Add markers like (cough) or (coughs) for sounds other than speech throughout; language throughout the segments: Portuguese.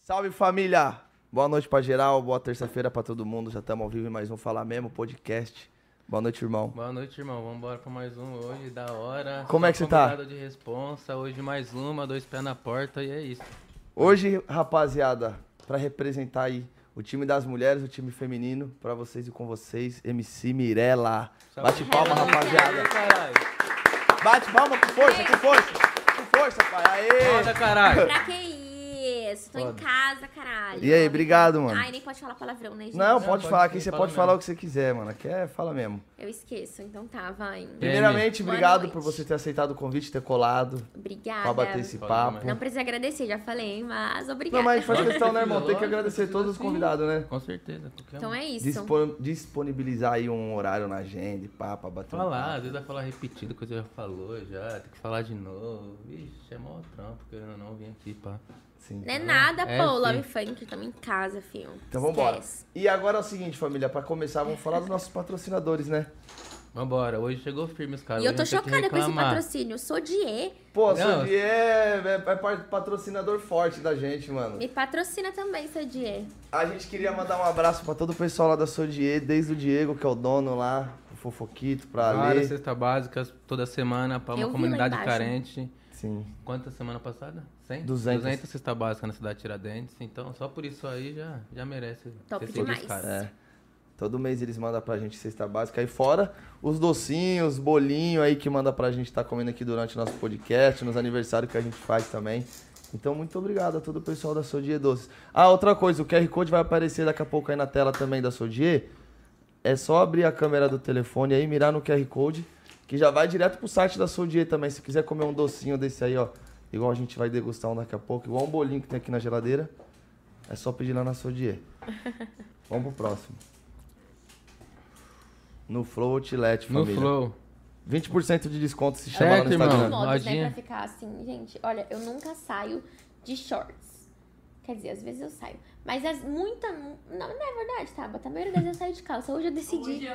Salve família! Boa noite pra geral, boa terça-feira pra todo mundo. Já estamos ao vivo em mais um Falar Mesmo podcast. Boa noite, irmão. Boa noite, irmão. Vamos embora pra mais um hoje, da hora. Como Só é que você tá? convidado de responsa, hoje mais uma, dois pés na porta e é isso. Hoje, rapaziada, pra representar aí o time das mulheres, o time feminino, pra vocês e com vocês, MC Mirella. Bate palma, rapaziada. Aí, Tá caralho. Bate palma com força, com força. Com força, pai. Foda, Aê! (laughs) caralho. Pra que isso? Tô em casa, caralho. E aí, obrigado, mano. Ai, nem pode falar palavrão, né, gente? Não, pode pode falar aqui, sim, você fala pode falar mesmo. o que você quiser, mano. Aqui é fala mesmo. Eu esqueço, então tá, vai. Primeiramente, Boa obrigado noite. por você ter aceitado o convite, ter colado, pra Obrigada. bater esse Pode papo. comer. Não precisa agradecer, já falei, mas obrigada. Não, mas faz Lógico questão, né, que irmão? Tem que lógico, agradecer precisa todos os sim. convidados, né? Com certeza, qualquer Então um. é isso. Dispo- disponibilizar aí um horário na agenda e pá, pra bater um Falar, papo. às vezes vai falar repetido, coisa que já falou já, tem que falar de novo. Vixe, é mó trampo, querendo ou não, vim aqui, pá. Sim. Não é nada, É, pô. sim. Love Funk, tamo em casa, filho. Então vambora. Esquece. E agora é o seguinte, família, pra começar, vamos falar dos nossos patrocinadores, né? Vambora, hoje chegou firme os caras. E eu hoje tô não tem que chocada com esse reclamar. patrocínio. Sodier Pô, a Não. Sodier é, é, é par- patrocinador forte da gente, mano. me patrocina também, Sodier. A gente queria mandar um abraço pra todo o pessoal lá da Sodier, desde o Diego, que é o dono lá, o Fofoquito, pra Claro, Ale. cesta básica toda semana pra uma Eu vi lá comunidade embaixo. carente. Sim. Quanta semana passada? 100? 200. 200 cesta básica na cidade de Tiradentes. Então, só por isso aí já, já merece Top ser todos demais. os caras. É. Todo mês eles mandam pra gente cesta básica. Aí fora os docinhos, bolinho aí que manda pra gente estar comendo aqui durante o nosso podcast, nos aniversários que a gente faz também. Então, muito obrigado a todo o pessoal da Sodier Doces. Ah, outra coisa, o QR Code vai aparecer daqui a pouco aí na tela também da Sodier. É só abrir a câmera do telefone aí, mirar no QR Code, que já vai direto pro site da Sodier também. Se quiser comer um docinho desse aí, ó, igual a gente vai degustar um daqui a pouco, igual um bolinho que tem aqui na geladeira, é só pedir lá na (laughs) Sodier. Vamos pro próximo. No Flow Outlet, No família. Flow. É, 20% de desconto se chama lá no Certo, irmão. Instagram. Os modos, Modinha. né, pra ficar assim. Gente, olha, eu nunca saio de shorts. Quer dizer, às vezes eu saio. Mas as muita. Não, não é verdade, tá? A maioria das vezes eu saio de calça. Hoje eu decidi.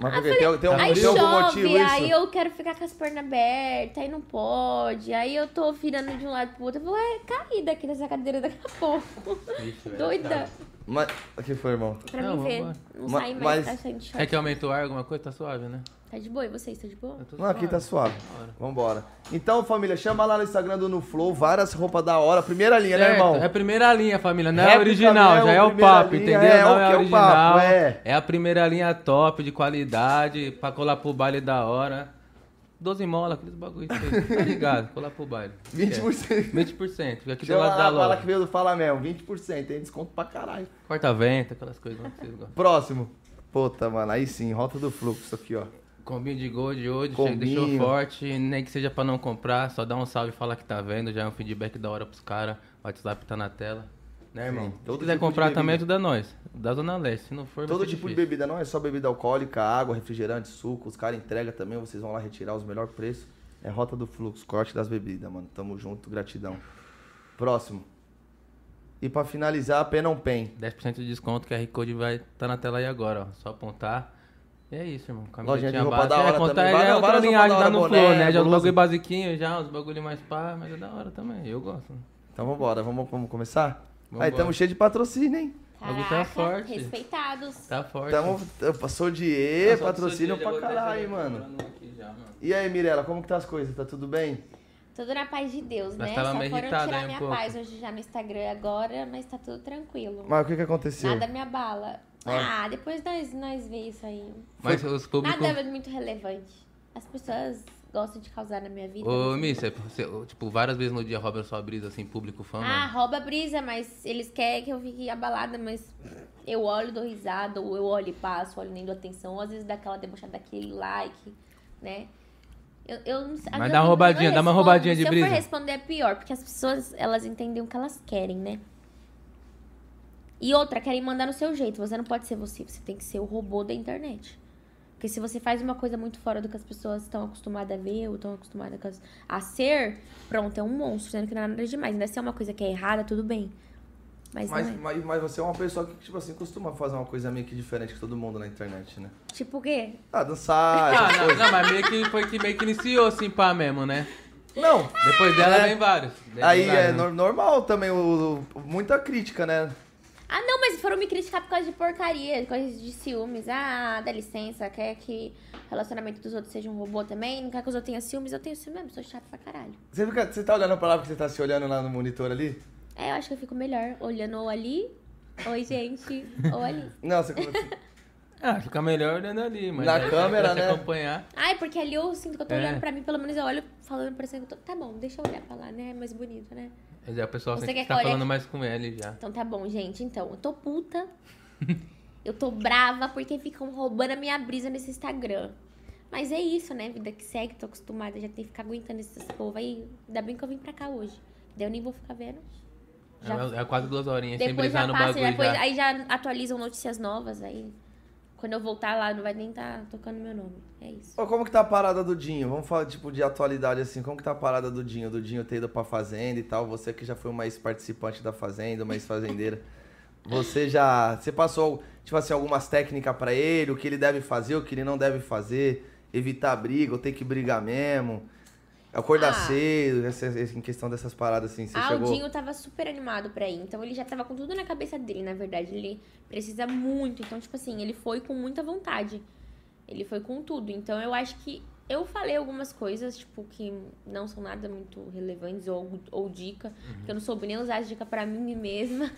Mas Ah, por quê? Tem, falei, tem um, aí tem algum chove, é motivo isso? aí eu quero ficar com as pernas abertas, aí não pode, aí eu tô virando de um lado pro outro, eu vou é, cair daqui dessa cadeira daqui a pouco. (laughs) Ixi, velho, Doida cara. Mas... O que foi, irmão? pra Não, mim ver. vambora. Não Ma- sai mas- mais, tá saindo de short. É que aumentou o ar, alguma coisa? Tá suave, né? Tá de boa, e vocês, tá de boa? Eu tô Não, aqui tá suave. Bora. Vambora. Então, família, chama lá no Instagram do No Flow, várias roupas da hora. Primeira linha, Certo, né, irmão? (laughs) É a primeira linha, família. Não é Réplica original, mesmo, já é o primeira papo, linha, entendeu? é, não o que é o original. papo, é. a primeira linha top, de qualidade, pra colar pro baile da hora. 12 mola, aqueles bagulho. feio. Tá ligado? Colar (laughs) pro baile. (laughs) 20%. 20%. Fica aqui do Chama lado da lá, fala que loja. veio do Fala Mesmo, 20%, tem desconto pra caralho. Corta-vento, aquelas coisas é lá que vocês gostam. Próximo. Puta, mano, aí sim, rota do fluxo aqui, ó. Combinho de gol de hoje, Combinho. deixou forte, nem que seja pra não comprar, só dá um salve e fala que tá vendo, já é um feedback da hora pros caras, o WhatsApp tá na tela. Né, irmão? todo Se quiser tipo de comprar também, bebida. ajuda nós. Da Zona Leste, se não for, vai Todo ser tipo de difícil. bebida, não é só bebida alcoólica, água, refrigerante, suco. Os caras entregam também, vocês vão lá retirar os melhores preços. É rota do fluxo, corte das bebidas, mano. Tamo junto, gratidão. Próximo. E pra finalizar, a Pen não Pen. 10% de desconto, QR Code vai tá na tela aí agora, ó. Só apontar. E é isso, irmão. Lojinha de Camisetinha roupa básica. da hora é, contar, também. já Várias- é outra várias linguagem roupas da tá no hora, flow, boné, né? Já os blusa. bagulho basiquinho, já, os bagulho mais pá, mas é da hora também. Eu gosto. né? Então vambora, vamos, vamos começar? Vambora. Aí, tamo cheio de patrocínio, hein? bagulho tá Caraca, forte. respeitados. Tá forte. Tamo, passou de E, Nossa, patrocínio eu preciso pra de- já vou até caralho, chegar mano. comprando um aqui já, mano. E aí, Mirella, como que tá as coisas? Tá tudo bem? Tudo na paz de Deus, Mas né? tava Só meio foram irritada, tirar hein, um minha pouco. paz hoje já no Instagram agora, mas tá tudo tranquilo. Mas o que que aconteceu? Nada me abala. Ah. Ah, depois nós, nós vê isso aí. Mas os públicos. Nada muito relevante. As pessoas gostam de causar na minha vida. Ô, mas- Mi, você, você- tipo, várias vezes no dia rouba sua brisa, assim, público fã, Ah, mano. rouba a brisa, mas eles querem que eu fique abalada, mas eu olho, dou risada, ou eu olho e passo, olho nem dou atenção, ou às vezes dá aquela debochada daquele like, né? Eu, eu não sei. às Mas dá vezes uma eu não- roubadinha, eu dá uma respondo. roubadinha de brisa. Se eu for responder é pior, porque as pessoas, elas entendem o que elas querem, né? E outra, querem mandar no seu jeito. Você não pode ser você, você tem que ser o robô da internet. Porque se você faz uma coisa muito fora do que as pessoas estão acostumadas a ver ou estão acostumadas com as- a ser, pronto, é um monstro, sendo que não é nada demais. Ainda se é uma coisa que é errada, tudo bem. Mas, Mas, não é. mas, mas você é uma pessoa que, tipo assim, costuma fazer uma coisa meio que diferente que todo mundo na internet, né? Tipo o quê? Ah, dançar, Ah, essas (laughs) não, tipo, coisas. (laughs) não, mas meio que foi que meio que iniciou, assim, pá mesmo, né? Não, Depois dela É. vem vários. Vem aí vários, é né? nor- normal também, o, o- muita crítica, né? Ah, não, mas foram me criticar por causa de porcaria, coisas de ciúmes. Ah, dá licença, quer que o relacionamento dos outros seja um robô também? Não quer que os outros tenham ciúmes? Eu tenho ciúmes mesmo, sou chata pra caralho. Você, fica, você tá olhando pra lá porque você tá se olhando lá no monitor ali? É, eu acho que eu fico melhor olhando ou ali, oi gente, ou ali. Não, você começa- Ah, fica melhor olhando ali, mas. Na aí, câmera, pra você né? acompanhar. Ai, porque ali eu sinto que eu tô É. olhando pra mim, pelo menos eu olho falando pra você que eu tô. Tá bom, deixa eu olhar pra lá, né? É mais bonito, né? Mas é o pessoal Você sempre quer tá que eu olhe falando aqui? mais com ele já. Então tá bom, gente. Então, eu (laughs) tô puta. eu tô brava porque ficam roubando a minha brisa nesse Instagram. Mas é isso, né? Vida que segue, tô acostumada, já tem que ficar aguentando esses povo aí. Ainda bem que eu vim pra cá hoje. Daí eu nem vou ficar vendo. Já- É, é quase duas horinhas sem depois brisar já no passa, bagulho. depois, já. aí já atualizam notícias novas. Aí quando eu voltar lá, não vai nem tá tocando meu nome. É isso. Ô, como que tá a parada do Dinho? Vamos falar, tipo, de atualidade, assim. Como que tá a parada do Dinho? Do Dinho ter ido pra Fazenda e tal. Você que já foi uma ex-participante da Fazenda, uma ex-fazendeira. Você já... Você passou, tipo assim, algumas técnicas pra ele? O que ele deve fazer, o que ele não deve fazer? Evitar briga, ou ter que brigar mesmo? Acordar Ah. cedo, essa- essa- em questão dessas paradas, assim. Você Ah, chegou... o Dinho tava super animado pra ir. Então ele já tava com tudo na cabeça dele, na verdade. Ele precisa muito. Então, tipo assim, ele foi com muita vontade. Ele foi com tudo. Então eu acho que eu falei algumas coisas, tipo, que não são nada muito relevantes ou, ou dica. Uhum. Que eu não soube nem usar as dicas pra mim mesma.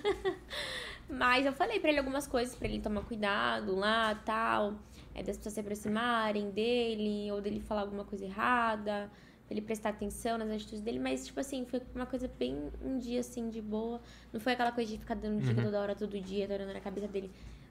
Mas eu falei pra ele algumas coisas, pra ele tomar cuidado lá, tal. É, das pessoas se aproximarem dele, ou dele falar alguma coisa errada, ele prestar atenção nas atitudes dele, mas, tipo assim, foi uma coisa bem um dia, assim, de boa. Não foi aquela coisa de ficar dando Uhum. dica toda hora, todo dia, tá olhando na cabeça dele.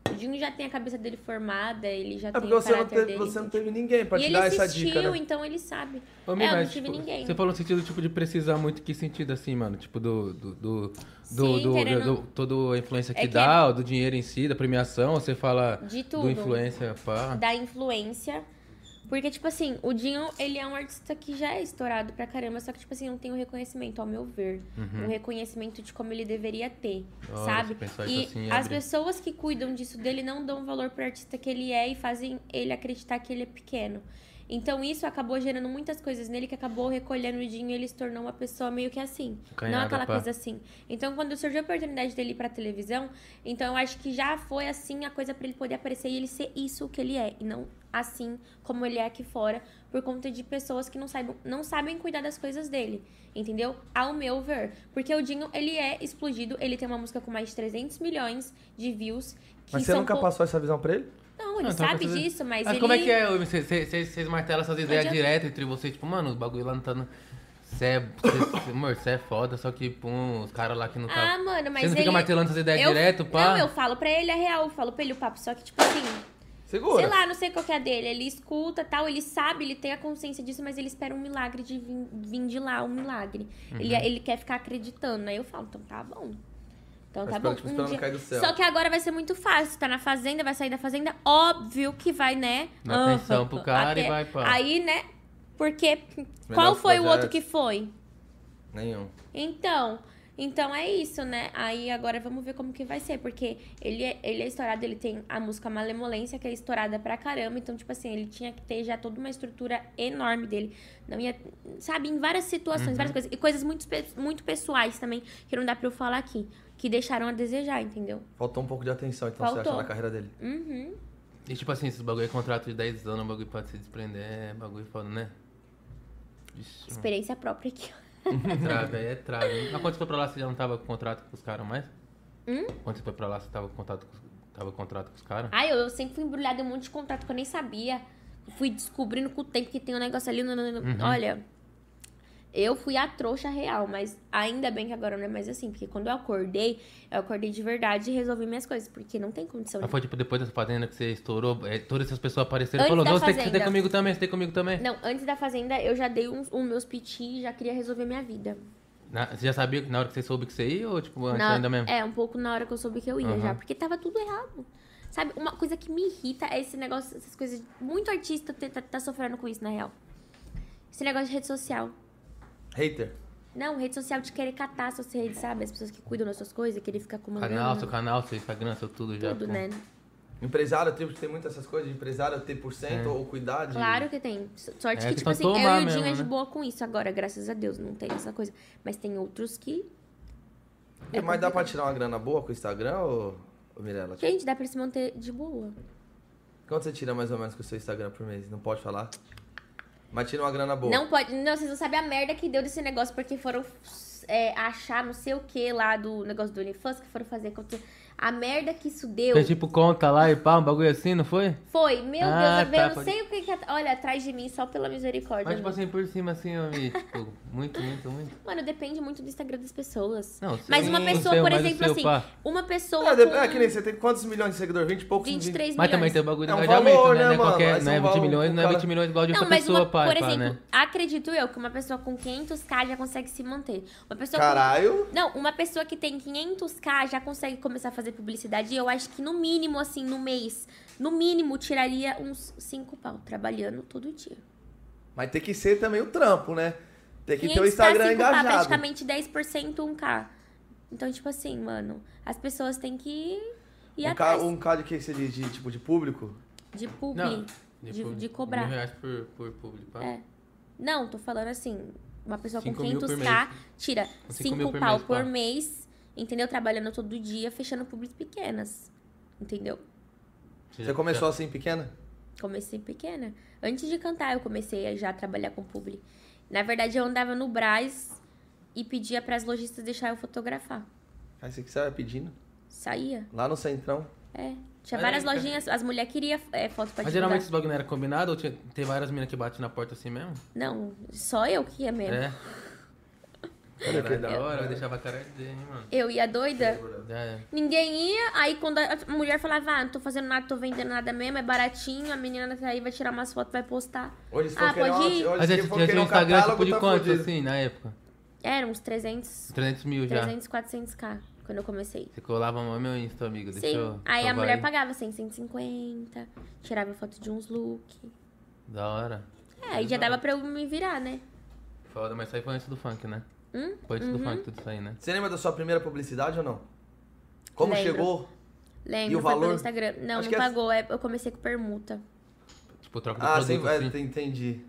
O Dinho já tem a cabeça dele formada, ele já É tem porque o você não, caráter teve, dele. então. você não teve ninguém pra e te ele dar essa assistiu, dica, né? então ele sabe. Ô, Mi, é, eu não mas, tive tipo, ninguém. Você falou no sentido tipo, de precisar muito, que sentido assim, mano? Tipo, do. do, do, do, do- querendo- do- toda a influência que, É que- dá, ou do dinheiro em si, da premiação, ou você fala De do tudo. influencer, pá. da influência. Porque, tipo assim, o Dinho, ele é um artista que já é estourado pra caramba, só que, tipo assim, não tem o reconhecimento, ao meu ver. Uhum. Um reconhecimento de como ele deveria ter, Da hora você sabe? pensar isso E assim, as abre. pessoas que cuidam disso dele não dão valor pro artista que ele é e fazem ele acreditar que ele é pequeno. Então isso acabou gerando muitas coisas nele que acabou recolhendo o Dinho e ele se tornou uma pessoa meio que assim. não Acanhada, aquela pá. coisa assim. Então quando surgiu a oportunidade dele ir pra televisão, então eu acho que já foi assim a coisa pra ele poder aparecer e ele ser isso que ele é. E não assim como ele é aqui fora, por conta de pessoas que não, saibam, não sabem cuidar das coisas dele. Entendeu? Ao meu ver. Porque o Dinho, ele é explodido, ele tem uma música com mais de 300 milhões de views. Que Mas você são nunca pou- passou essa visão pra ele? Não, ele Não, então sabe precisa- disso, mas, ele... como é que é, ô, Mi? Vocês- Vocês vocês martelam essas ideias adianta. direto entre vocês, tipo, mano, o bagulho lá não tá. Você é, cê- cê- amor, cê é foda, só que, pum, os caras lá que não tá. Ah, mano, mas Vocês não ele... ficam martelando essas ideias eu... direto, pá? Não, eu falo pra ele a real, eu falo pra ele o papo, só que tipo assim... Segura. Sei lá, não sei qual que é a dele. Ele escuta tal, ele sabe, ele tem a consciência disso, mas ele espera um milagre de vir, vir de lá, um milagre. Ele, Uhum. ele quer ficar acreditando. Aí eu falo, então tá bom. Então Mas tá pelo bom. que esperando cair do céu. Só que agora vai ser muito fácil. Tá na fazenda, vai sair da fazenda. Óbvio que vai, né? Dá Ah, atenção pro cara e vai, pá. Aí, né? Porque. Qual Melhores foi o outro projetos. que foi? Nenhum. Então, então é isso, né? Aí agora vamos ver como que vai ser, porque ele é, ele é estourado, ele tem a música Malemolência, que é estourada pra caramba, então, tipo assim, ele tinha que ter já toda uma estrutura enorme dele. Não ia, sabe, em várias situações, várias coisas, e coisas muito, espe- muito pessoais também, que não dá pra eu falar aqui, que deixaram a desejar, entendeu? Faltou um pouco de atenção, então, você Faltou. acha, na carreira dele. Uhum. E tipo assim, esses bagulho é contrato de 10 anos, bagulho pra se desprender, é bagulho foda, né? Ixi, mano. Experiência própria aqui. (laughs) trave, aí é trave. hein? Mas quando você foi pra lá, você já não tava com contrato com os caras mais? Hum? Quando você foi pra lá, você tava com contrato com, tava com contrato com os caras? Ai, eu, eu sempre fui embrulhada em um monte de contrato que eu nem sabia. Fui descobrindo com o tempo que tem um negócio ali. não, não, não. Uhum. Olha, eu fui a trouxa real, mas ainda bem que agora não é mais assim. Porque quando eu acordei, eu acordei de verdade e resolvi minhas coisas. Porque não tem condição. né? Mas foi tipo depois dessa fazenda que você estourou, é, todas essas pessoas apareceram e Antes falou, da não, você tem que você fazenda. tem comigo também, você tem comigo também. Não, antes da Fazenda, eu já dei uns- os meus piti e já queria resolver minha vida. Na- você já sabia que na hora que você soube que você ia ou tipo antes Na- ainda mesmo? É, um pouco na hora que eu soube que eu ia Aham. já, porque tava tudo errado. Sabe, uma coisa que me irrita é esse negócio, essas coisas. Muito artista te- tá, tá sofrendo com isso, na real. Esse negócio de rede social. Hater. Não, rede social de querer catar suas redes, sabe? As pessoas que cuidam das suas coisas, querer ficar comandando. Canal, seu canal, seu Instagram, seu tudo já. Tudo, pô. né? Empresário tem, tem muitas essas coisas de empresário ter por cento ou cuidar de. Claro que tem. S- Sorte É, tem que, tipo pra assim, eu tomar e o Dinho mesmo, é de né? boa com isso agora, graças a Deus, não tem essa coisa. Mas tem outros que. É, mas dá pra tirar uma grana boa com o Instagram, ô, ô Mirella? Gente, dá pra se manter de boa. Quanto você tira mais ou menos com o seu Instagram por mês? Não pode falar? Mas tira uma grana boa. Não pode. Não, vocês não sabem a merda que deu desse negócio, porque foram é, achar não sei o que lá do negócio do OnlyFans, que foram fazer. conteúdo. A merda que isso deu. Fez tipo conta lá e pá, um bagulho assim, não foi? Foi, meu Ah, Deus, eu tá, não pode- sei o que que. Olha, atrás de mim, só pela misericórdia. Mas tipo mano. assim, por cima assim, eu me. Tipo, muito, muito, muito. Mano, depende muito do Instagram das pessoas. Não, sim, mas uma o pessoa, seu, por mas o exemplo, seu, assim, pá. uma pessoa É, de- com é que nem você tem quantos milhões de seguidores? 20 e poucos? 23 Mas milhões. também tem o bagulho do É um engajamento, valor, né? né, Não é mano? qualquer. Mas Não é é um 20 valor, milhões, o não é cara- 20 milhões igual de Não, outra mas pessoa, uma, pá, por e pá, exemplo, né? acredito eu que uma pessoa com 500k já consegue se manter. Uma pessoa com- Caralho! Não, uma pessoa que tem 500k já consegue começar a fazer publicidade. E eu acho que no mínimo, assim, no mês, no mínimo tiraria uns 5 pau, trabalhando todo dia. Mas tem que ser também o trampo, né? Tem que ter o 500K, Instagram é 5K, engajado. praticamente 10%, 1k. Então, tipo assim, mano, as pessoas têm que ir Um atrás K, um K de que você diz? De, tipo, de público? de publi, Não, de, tipo, de cobrar. Mil reais por, por público, pá. É. Não, tô falando assim, uma pessoa Cinco com mil por 500k tira Com 5 cinco mil por pau mês, por pá. mês, entendeu? Trabalhando todo dia, fechando públicos pequenas, entendeu? Você começou assim, pequena? Comecei pequena. Antes de cantar, eu comecei a já trabalhar com publi. Na verdade, eu andava no Brás e pedia pras lojistas deixar eu fotografar. Aí você que saiu pedindo. Saía, Lá no centrão. é. Tinha Caraca. várias lojinhas, as mulheres queriam é, foto pra Mas divulgar. geralmente esse bagulho não era combinado ou tinha- tem várias minas que batem na porta assim mesmo? Não, só eu que ia mesmo. É. Olha Caralho, que- da hora, eu deixava a cara dele, hein, mano. Eu ia doida. É. Ninguém ia, aí quando a a mulher falava, ah, não tô fazendo nada, tô vendendo nada mesmo, é baratinho, a menina tá aí vai tirar umas fotos, vai postar. Hoje se Ah, for querer pode uma- ir? hoje Mas se já já for tinha querer um um Instagram, tipo, catálogo, de tá quanto, fudido. assim, na época? Era uns 300, 300 mil já. 300, 400k, quando eu comecei. Você colava o meu Insta, amigo. Então Deixa Sim, eu aí a salvar mulher pagava 100, 150, tirava foto de uns look. Da hora. É, aí já dava pra eu me virar, né? Foda, mas isso aí foi antes do funk, né? Hum? Foi antes do funk tudo isso aí, né? Você lembra da sua primeira publicidade ou não? Como Lembro. chegou? Lembro, E o foi pelo valor? Instagram. Não, Acho não que é- pagou, é- eu comecei com permuta. Tipo, troca de Ah, produto, sim, é, assim. te- entendi.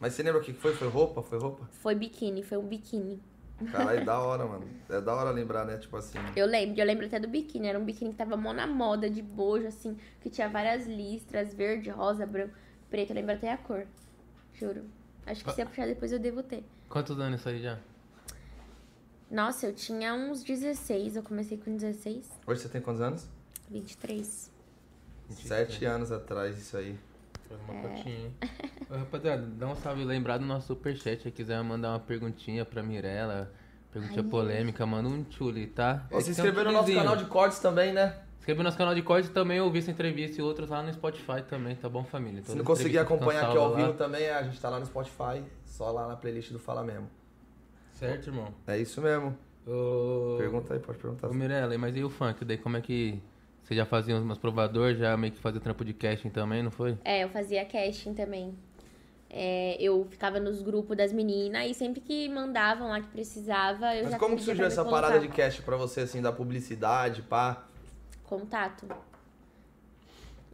Mas você lembra o que que foi? Foi roupa? Foi roupa? Foi biquíni, foi um biquíni. Caralho, (laughs) da hora, mano. É da hora lembrar, né? Tipo assim. Eu lembro, eu lembro até do biquíni. Era um biquíni que tava mó na moda, de bojo, assim, que tinha várias listras, verde, rosa, branco, preto. Eu lembro até a cor. Juro. Acho que se eu puxar depois eu devo ter. Quantos anos isso aí já? Nossa, eu tinha uns 16, eu comecei com 16, Hoje você tem quantos anos? 23. Sete anos atrás, isso aí. Faz uma fotinha, hein? Ô, rapaziada, dá um salve lembrar do nosso superchat. Se quiser mandar uma perguntinha pra Mirella, perguntinha Ai. polêmica, manda um tchule, tá? Ô, Tem se que ter um inscrever no nosso tchulezinho. canal de cortes também, né? Se inscrever no nosso canal de corte e também ouvir essa entrevista e outras lá no Spotify também, tá bom, família? Se Todas não as conseguir entrevistas ficam acompanhar aqui ao salvas um lá. vivo também, a gente tá lá no Spotify, só lá na playlist do Fala Mesmo. Certo, irmão? É isso mesmo. Ô, Pergunta aí, pode perguntar. Ô Mirella, mas e o funk? Daí como é que... Você já fazia umas provador, já meio que fazia trampo de casting também, não foi? É, eu fazia casting também. É, eu ficava nos grupos das meninas e sempre que mandavam lá que precisava, eu Mas já como que pedia surgiu pra me essa colocar. parada de cast pra você, assim, da publicidade, pá? Contato.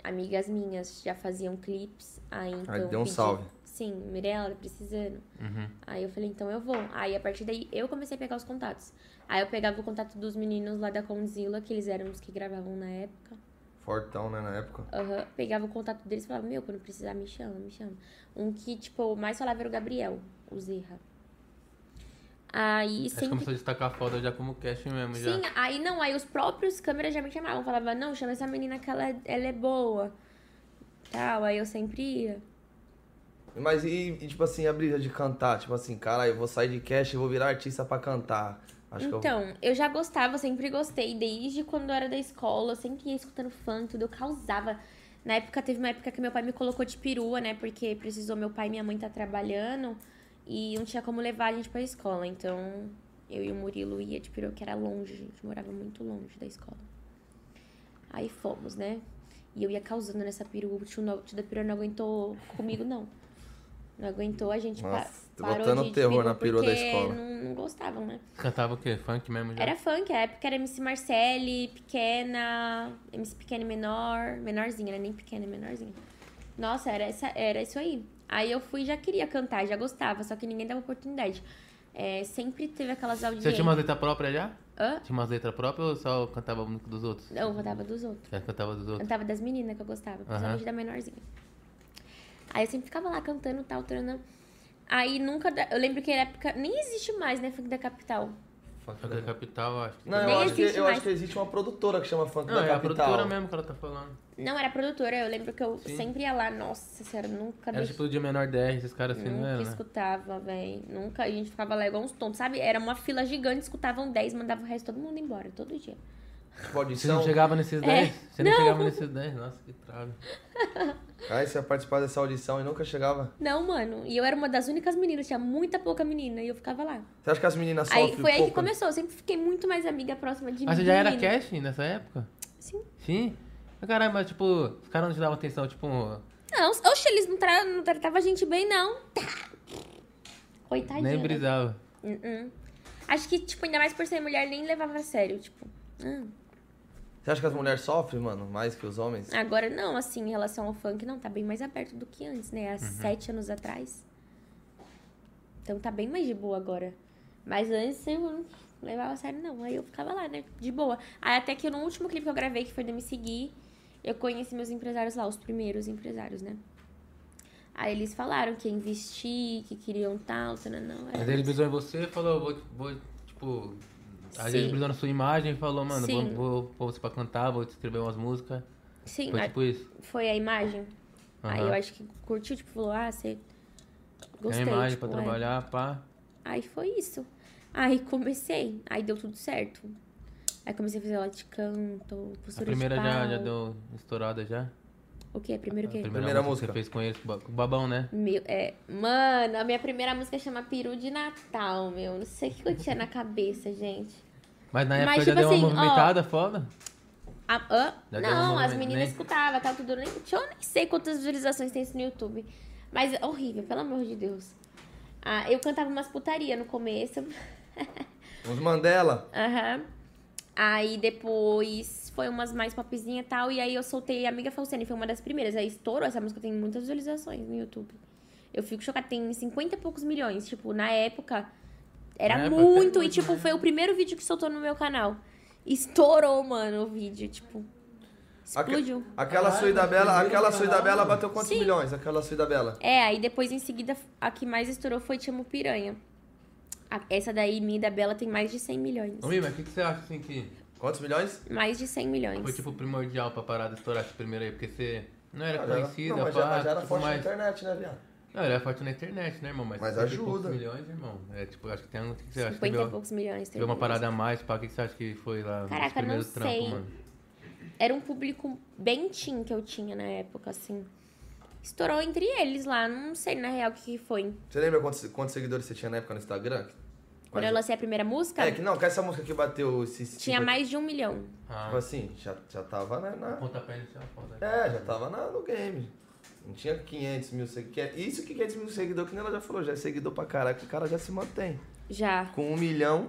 Amigas minhas já faziam clipes, aí então... deu um pedi- salve. Sim, Mirella, tá precisando. Uhum. Aí eu falei, então eu vou. Aí a partir daí eu comecei a pegar os contatos. Aí eu pegava o contato dos meninos lá da Conzilla, que eles eram os que gravavam na época. Fortão, né, na época. Aham. Pegava o contato deles e falava, meu, quando precisar, me chama, me chama. Um que, tipo, mais falava era o Gabriel, o Zerra. Aí Acho que sempre. começou a destacar foda já como casting mesmo, já. Sim, aí não, aí os próprios câmeras já me chamavam, falavam, não, chama essa menina que ela, ela é boa. Tal, aí eu sempre ia. Mas e, e, tipo assim, a brisa de cantar? Tipo assim, caralho, eu vou sair de cast e vou virar artista pra cantar. Acho que é eu... então, eu... já gostava, sempre gostei, desde quando eu era da escola, eu sempre ia escutando funk, tudo, eu causava. Na época, teve uma época que meu pai me colocou de perua, né? Porque precisou, meu pai e minha mãe tá trabalhando e não tinha como levar a gente pra escola. Então, eu e o Murilo ia de perua, que era longe, a gente morava muito longe da escola. Aí fomos, né? E eu ia causando nessa perua, o tio, no- o tio da perua não aguentou comigo, não. Não aguentou, a gente pa- Nossa, tô parou botando de, de terror perua na perua da porque escola. Não, não gostavam, né? Cantava o quê? Funk mesmo já? Era funk, a época era MC Marcele, pequena, MC pequena e menor, menorzinha, né? Nem pequena, menorzinha. Nossa, era, essa, era isso aí. Aí eu fui e já queria cantar, já gostava, só que ninguém dava oportunidade. É, sempre teve aquelas audiências. Você tinha umas letras próprias já? Hã? Tinha umas letras próprias ou só cantava música dos outros? Não, eu cantava dos outros. Já cantava dos outros? Cantava das meninas que eu gostava, principalmente da menorzinha. Aí eu sempre ficava lá cantando tal, trana. Aí nunca. da- Eu lembro que na época. Nem existe mais, né? Funk da Capital. Funk da Capital, acho É que... Não, Nem eu acho, que, existe eu mais. acho que existe uma produtora que chama Funk Não, da é a Capital. produtora mesmo que ela tá falando. Não, era produtora, eu lembro que eu Sim. sempre ia lá, nossa senhora, nunca Era deixei- tipo o dia menor 10, esses caras assim, não Nunca era, né? escutava, velho. Nunca. A gente ficava lá igual uns tontos, sabe? Era uma fila gigante, escutavam 10, mandava o resto todo mundo embora, todo dia. Tipo, Você não audição. chegava nesses É. 10? Você não, Não. chegava nesses 10? Nossa, que trave. Aí você ia participar dessa audição e nunca chegava. Não, mano. E eu era uma das únicas meninas, tinha muita pouca menina, e eu ficava lá. Você acha que as meninas sofrem um aí foi aí que pouco? começou, eu sempre fiquei muito mais amiga próxima de Mas mim. Ah, você já era casting nessa época? Sim. Sim? Mas Caralho, mas tipo, os caras não te davam atenção, tipo... Não, oxe, eles não, tra... não tratavam a gente bem, não. Tá. Coitadinha. Nem né? brisava. Uh-uh. Acho que, tipo, ainda mais por ser mulher, nem levava a sério, tipo. ah, Você acha que as mulheres sofrem, mano, mais que os homens? Agora não, assim, em relação ao funk, não, tá bem mais aberto do que antes, Uhum. né? Há sete anos atrás. Então tá bem mais de boa agora. Mas antes eu não levava a sério, não. Aí eu ficava lá, né? De boa. Aí até que no último clipe que eu gravei, que foi do Me Seguir, eu conheci meus empresários lá, os primeiros empresários, né? Aí eles falaram que ia investir, que queriam tal, não, Mas ele brisou em você e falou, vou, vou, tipo... Aí Sim. ele brisou na sua imagem e falou, mano, vou, Sim. vou, vou você pra cantar, vou te escrever umas músicas. Sim, Foi a- tipo isso. foi a imagem. Aí Aham. eu acho que curtiu, tipo, falou, ah, você Tem gostei. a imagem pra tipo, é. trabalhar, pá. Aí foi isso. Aí comecei. Aí deu tudo certo. Aí comecei a fazer aula de canto, A postura primeira de pau. já, já deu estourada já. O quê? Primeiro o quê? A Primeira música. que você fez com ele, com o Ba- com o Babão, né? Meu, é, mano, a minha primeira música chama Peru de Natal, meu. Não sei o que eu tinha na cabeça, gente. Mas na Mas, época já tipo deu uma assim, ó. movimentada foda. Ah, hã? Já deu não, uma as movimento, meninas né? escutavam, tal, tudo. Eu Nem, deixa eu nem sei quantas visualizações tem isso no YouTube. Mas é horrível, pelo amor de Deus. Ah, eu cantava umas putaria no começo. (laughs) Os Mandela. Aham. Aí depois foi umas mais popzinha e tal. E aí eu soltei Amiga Falsene, foi uma das primeiras. Aí estourou. Essa música tem muitas visualizações no YouTube. Eu fico chocada, tem 50 e poucos milhões. Tipo, na época era Na época tem muito. e muito, tipo, né? foi o primeiro vídeo que soltou no meu canal. Estourou, mano, o vídeo. Tipo, Aque- explodiu. Aquela Caralho, sua da Bela, primeiro aquela sua da caralho. Bela bateu quantos Sim. milhões? Aquela sua da Bela. É, aí depois em seguida a que mais estourou foi Te Amo Piranha. A- essa daí, minha e da Bela, tem mais de 100 milhões. Ô, Mima, o que, que você acha, assim, que Quantos milhões? Mais de 100 milhões. foi, tipo, primordial pra parar de estourar esse primeiro aí? Porque você não era Ah, já era- conhecida, não, mas já, pá, mas já era tipo, forte na mas- internet, né, viado? Não, era forte na internet, né, irmão? Mas, Mas 50 e poucos ajuda. milhões, irmão. É, tipo, acho que tem um... O que que você acha? 50 e Deu, poucos milhões. deu uma 30 milhões. parada a mais, pá. O que, que você acha que foi lá Caraca, nos primeiros não trampos, sei. mano? Era um público bem teen que eu tinha na época, assim. Estourou entre eles lá, não sei na real o que que foi. Você lembra quantos, quantos seguidores você tinha na época no Instagram? Quando eu lancei a primeira música, É, que não, que essa música que bateu esse... tinha mais de um milhão. Ah, Tipo assim, já, já tava na... na- pontapé inicial, foda. É, já tava na- no game. Não tinha 500 mil seguidores. Isso que 500 mil seguidores, que nem ela já falou, já é seguidor pra caralho, que o cara já se mantém. Já. Com um milhão,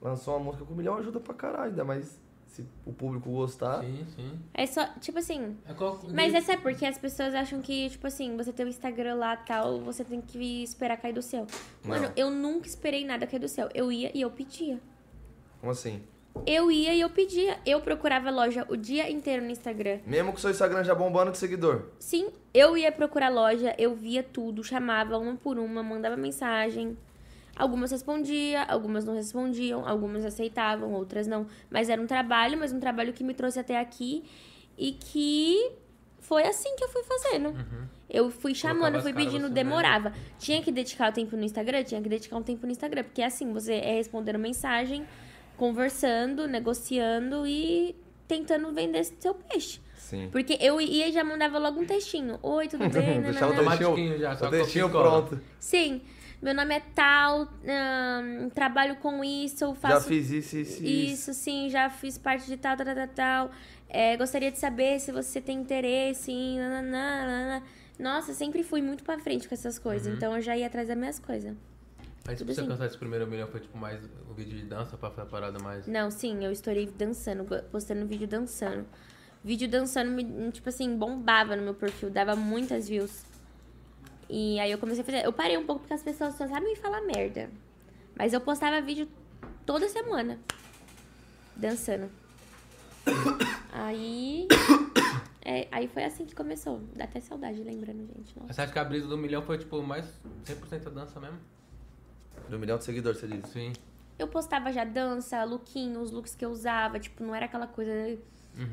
lançou uma música com um milhão, ajuda pra caralho, ainda mais se o público gostar. Sim, sim. É só, tipo assim. É qual... Mas essa é porque as pessoas acham que, tipo assim, você tem o Instagram lá tal, você tem que esperar cair do céu. Mano, Não. eu nunca esperei nada cair do céu. Eu ia e eu pedia. Como assim? Eu ia e eu pedia. Eu procurava loja o dia inteiro no Instagram. Mesmo que o seu Instagram já bombando de seguidor. Sim, eu ia procurar loja, eu via tudo, chamava uma por uma, mandava mensagem. Algumas respondia, algumas não respondiam, algumas aceitavam, outras não. Mas era um trabalho, mas um trabalho que me trouxe até aqui e que foi assim que eu fui fazendo. Eu fui chamando, Uhum. Colocava as eu fui caras assim, né? pedindo, você demorava. Tinha que dedicar o tempo no Instagram? Tinha que dedicar um tempo no Instagram. Porque assim, você é respondendo mensagem, conversando, negociando e tentando vender seu peixe. Sim. Porque eu ia e já mandava logo um textinho. Oi, (laughs) tudo bem? Deixava o Nananã. textinho, Automatisquinho já, só o textinho copia e cola. pronto. Sim, meu nome é tal, ahn, trabalho com isso, eu Já faço fiz isso, isso, isso. isso, sim, já fiz parte de tal, tal, tal, tal. É, gostaria de saber se você tem interesse em... Uhum. nananã, nananã. Nossa, sempre fui muito pra frente com essas coisas, então eu já ia atrás das minhas coisas. Aí se Tudo você assim. alcançar esse primeiro milhão, foi tipo mais um vídeo de dança pra fazer a parada mais. Não, sim, eu estourei dançando, go- postando vídeo dançando. Vídeo dançando, me- tipo assim, bombava no meu perfil, dava muitas views. E aí eu comecei a fazer. Eu parei um pouco porque as pessoas só sabem falar merda. Mas eu postava vídeo toda semana. Dançando. (coughs) aí. (coughs) é, aí foi assim que começou. Dá até saudade lembrando, gente. Nossa. Você acha que a brisa do milhão foi tipo mais 100% a dança mesmo? Do milhão de seguidores, você diz. Sim. Eu postava já dança, lookinho, os looks que eu usava, tipo, não era aquela coisa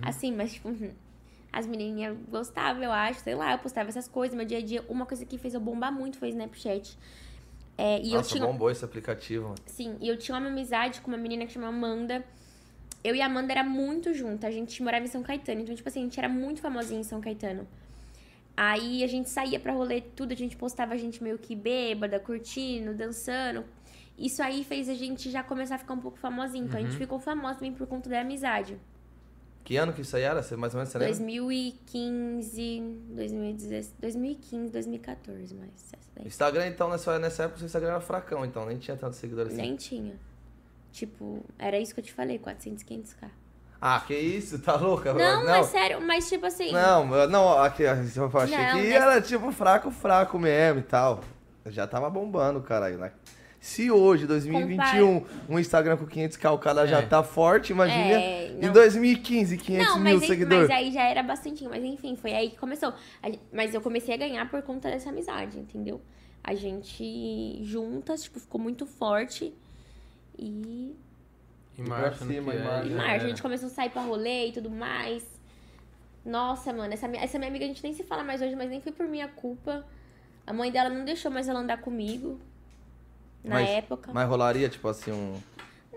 assim, mas tipo, (laughs) as menininhas gostavam, eu acho, sei lá, eu postava essas coisas, meu dia a dia. Uma coisa que fez eu bombar muito foi Snapchat. É, e eu Nossa, tinha. bombou esse aplicativo, mano. Sim, e eu tinha uma amizade com uma menina que chama Amanda. Eu e a Amanda era muito junta, a gente morava em São Caetano, então, tipo assim, a gente era muito famosinha em São Caetano. Aí a gente saía pra rolê tudo, a gente postava a gente meio que bêbada, curtindo, dançando. Isso aí fez a gente já começar a ficar um pouco famosinha, então a gente ficou famosa também por conta da amizade. Que ano que isso aí era? Você mais ou menos você lembra? 2015, 2016, 2015, 2014, mas essa daí Instagram, então, nessa, nessa época, o seu Instagram era fracão, então. Nem tinha tantos seguidores assim. nem tinha. Tipo, era isso que eu te falei, 400, 500k. Ah, que isso? Tá louca? Não, não. mas sério, mas tipo assim. Não, eu- não, aqui, eu achei Não, que mas- era tipo fraco, fraco mesmo e tal. Eu Já tava bombando, caralho, né? Se hoje, 2021, um Instagram com 500k, o cara já É. tá forte, imagina. É, em não. 2015, 500 Não, mil mas, é- aí- seguidores. mas aí já era bastante, mas enfim, foi aí que começou. A gen- Mas eu comecei a ganhar por conta dessa amizade, entendeu? A gente juntas, tipo, ficou muito forte. E, E marcha, pra no cima, que e é, marcha. e já mais, a era. gente começou a sair pra rolê e tudo mais. Nossa, mano, essa minha, essa minha amiga a gente nem se fala mais hoje, mas nem foi por minha culpa. A mãe dela não deixou mais ela andar comigo. Na Mas- época. Mas rolaria, tipo assim, um.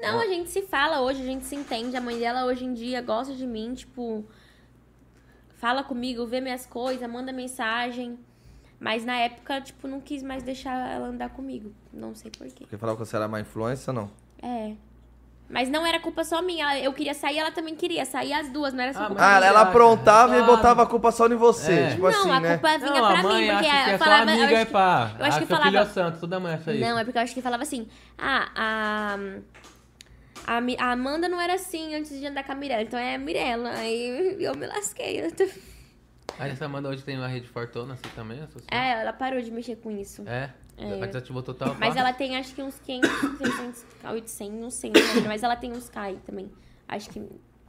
Não, a gente se fala hoje, a gente se entende. A mãe dela hoje em dia gosta de mim, tipo. Fala comigo, vê minhas coisas, manda mensagem. Mas na época, tipo, não quis mais deixar ela andar comigo. Não sei porquê. Porque falava que você era má influência ou não? É. Mas não era culpa só minha. ela- eu queria sair, ela também queria sair as duas, não era só Ah, culpa mas- Ah, ela, ela aprontava e Claro. botava a culpa só em você. Ah. É. Tipo Não, assim, a né? culpa vinha não, pra a mãe mim, porque acha que eu é só falava. eu amiga acho e que- pá. eu acho acha que que o falava- filho é santo, toda mãe acha isso. Não, é porque eu acho que falava assim. Ah, a. A, Mi- a Amanda não era assim antes de andar com a Mirella, então é a Mirella. Aí (laughs) eu me lasquei. eu tô- Aí essa Amanda hoje tem uma rede fortona assim também, essa sua? É, ela parou de mexer com isso. É? É. Ela desativou total. Mas pá. ela tem acho que uns 500, (coughs) 600, 800, não sei, não lembro, mas ela tem uns K aí também. Acho que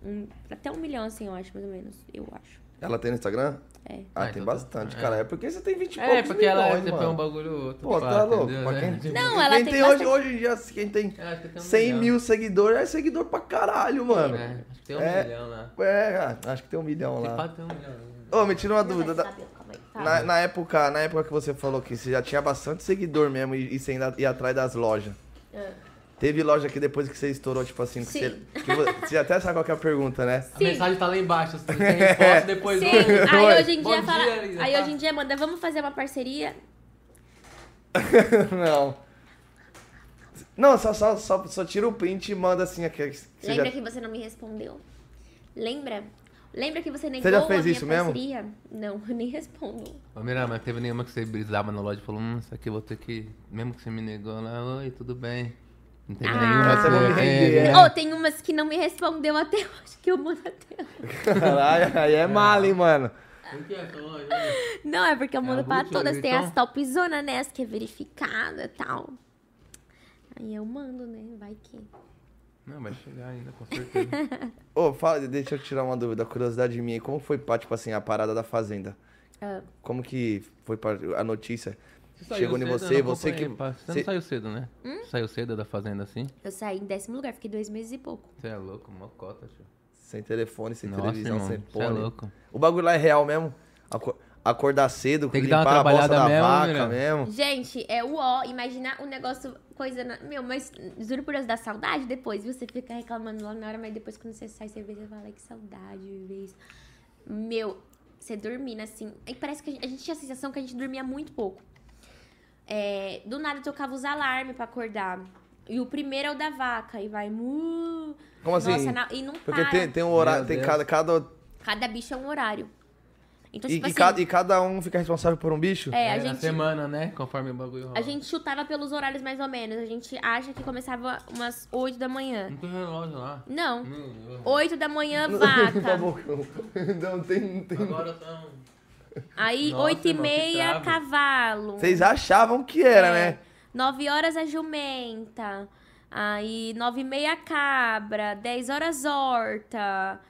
um- até um milhão, assim, eu acho, mais ou menos. Eu acho. Ela tem no Instagram? Ah, É. Ah, tem então tá. bastante, É. cara. É porque você tem 20 e poucos É, porque ela milhões, sempre é mano. um bagulho outro. Pô, pá, tá louco. entendeu, Pra né? quem, Não, quem ela tem, tem hoje, bastante- hoje em dia, assim, quem tem Eu acho que tem um 100 milhão. mil seguidores é seguidor pra caralho, mano. É, acho que tem um É. milhão lá. É, ah, acho que tem um milhão Tem lá. quatro, tem um milhão. Ô, me tira uma dúvida. da- Sabe, calma aí, tá? fala. Na, na época, na época que você falou que você já tinha bastante seguidor mesmo e, e você ainda ia atrás das lojas. Ah. Teve loja que depois que você estourou, tipo assim, que você, Sim. que vo- você até sabe qual que é a pergunta, né? A Sim. mensagem tá lá embaixo, você (laughs) tem resposta depois. Sim, olha. Oi. aí hoje em Bom dia dia, fala. Elisa, Aí tá? hoje em dia manda, vamos fazer uma parceria? (laughs) Não. Não, só, só, só, só tira o print e manda assim. aquele que você (laughs) Lembra já- que você não me respondeu? Lembra? Lembra que você negou já a fez minha isso mesmo? parceria? Não, (laughs) eu nem respondo. Ô, Mira, mas teve nenhuma que você brisava na loja e falou, hum, isso aqui eu vou ter que. Mesmo que você me negou lá, oi, tudo bem. Não teve Ah. nenhuma Essa eu vou me que você render, teve, é. né? Ou tem umas que não me respondeu até hoje, que eu mando até hoje. Caralho, aí é mal, hein, mano. O que é essa loja? Não, é porque eu mando a pra Gucci, todas. Louis Tem Vuitton? as topzona, né? As que é verificada e tal. Aí eu mando, né? Vai que. Não, vai chegar ainda, com certeza. Ô, fala, deixa eu tirar uma dúvida, curiosidade minha. Como foi, pá, tipo assim, a parada da Fazenda? Ah, Como que foi pra- a notícia? Você saiu Chegou em cedo, você, eu não você que. acompanhei, pá. Você você- não saiu cedo, né? Hum? Saiu cedo da fazenda assim? eu saí em décimo lugar, fiquei dois meses e pouco. Você é louco, mocota, tio. Sem telefone, sem Nossa, televisão, irmão, sem você é porra. nenhuma. louco. O bagulho lá é real mesmo. Aco- Acordar cedo, Tem que dar limpar uma a bosta trabalhada da mesmo, vaca né? mesmo. Gente, é o ó, imaginar um negócio, coisa. na- Meu, mas juro por Deus, dá saudade depois, viu? Você fica reclamando lá na hora, mas depois quando você sai, você vê, você fala, "Ai, que saudade de viver isso. Meu, você dormindo assim. Aí parece que a gente, a gente tinha a sensação que a gente dormia muito pouco. É, do nada tocava os alarmes pra acordar. E o primeiro é o da vaca, e vai. "Mu". Como assim? Nossa, na- e não Porque para. tem, tem um horário, Meu tem Deus. cada, cada. Cada bicho é um horário. Então, E, tipo e assim, cada, e cada um fica responsável por um bicho? É, a na gente- semana, né? Conforme o bagulho rola. a gente chutava pelos horários mais ou menos. A gente acha que começava umas 8 da manhã. Não tem relógio lá. Não. Não, eu- 8 (laughs) da manhã, Tá vaca. bom, (laughs) não, não tem, não tem. Agora tá um- são... Aí, Nossa, 8 e irmão, que meia, trava. cavalo. Vocês achavam que era, É. né? 9 horas a jumenta. Aí, 9 e meia cabra. 10 horas horta.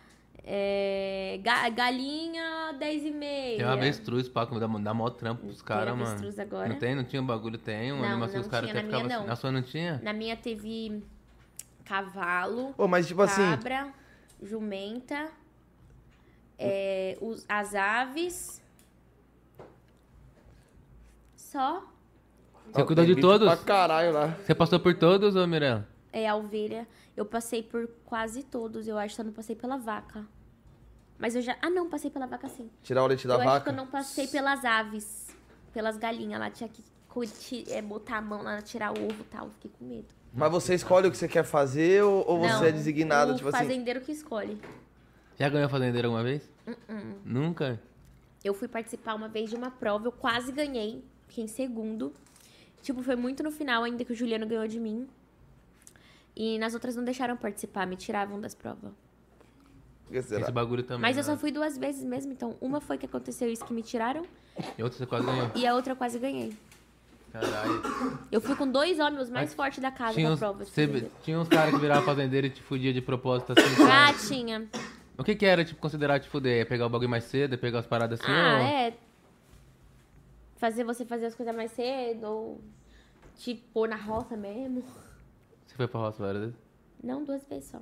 É, ga- galinha, 10 e meia. Tem uma avestruz pra dá, dá mó trampo pros caras, mano. avestruz agora? Não tem? Não tinha um bagulho? Tem uma Não, animação não que os caras tinha, até na minha ficavam assim. não. Na sua não tinha? Na minha teve cavalo, Pô, mas tipo assim, cabra, jumenta, é, os- as aves. Só Você Ó, cuidou tem de bicho todos? Pra caralho lá. Você passou por todos, ô Mirella? é a ovelha. Eu passei por quase todos, eu acho que eu não passei pela vaca. Mas eu já. Ah, não, passei pela vaca sim. Tirar o leite da eu vaca. acho que eu não passei pelas aves. Pelas galinhas lá, tinha que curtir, é, botar a mão lá, tirar o ovo e tal. Fiquei com medo. Mas você escolhe o que você quer fazer ou, ou Não, você é designado, o tipo assim? fazendeiro que escolhe. Já ganhou fazendeiro alguma vez? Uh-uh. Nunca? Eu fui participar uma vez de uma prova, eu quase ganhei, fiquei em segundo. Tipo, foi muito no final ainda que o Juliano ganhou de mim. E nas outras não deixaram participar, me tiravam das provas. o que será? Esse bagulho também. Mas eu né? só fui duas vezes mesmo, então uma foi que aconteceu isso que me tiraram E outro você quase ganhou. e a outra eu quase ganhei. (laughs) Caralho. Eu fui com dois homens, os mais fortes da casa Tinha na uns, prova. cê- entendeu? tinha uns caras que viravam fazendeiro e te fudia de propósito assim. Ah, sabe? tinha. O que que era, tipo, considerar te fuder? É pegar o bagulho mais cedo, é pegar as paradas assim? Ah, ou... é. Fazer você fazer as coisas mais cedo ou te pôr na roça mesmo. Você foi pra roça várias vezes? Não, duas vezes só.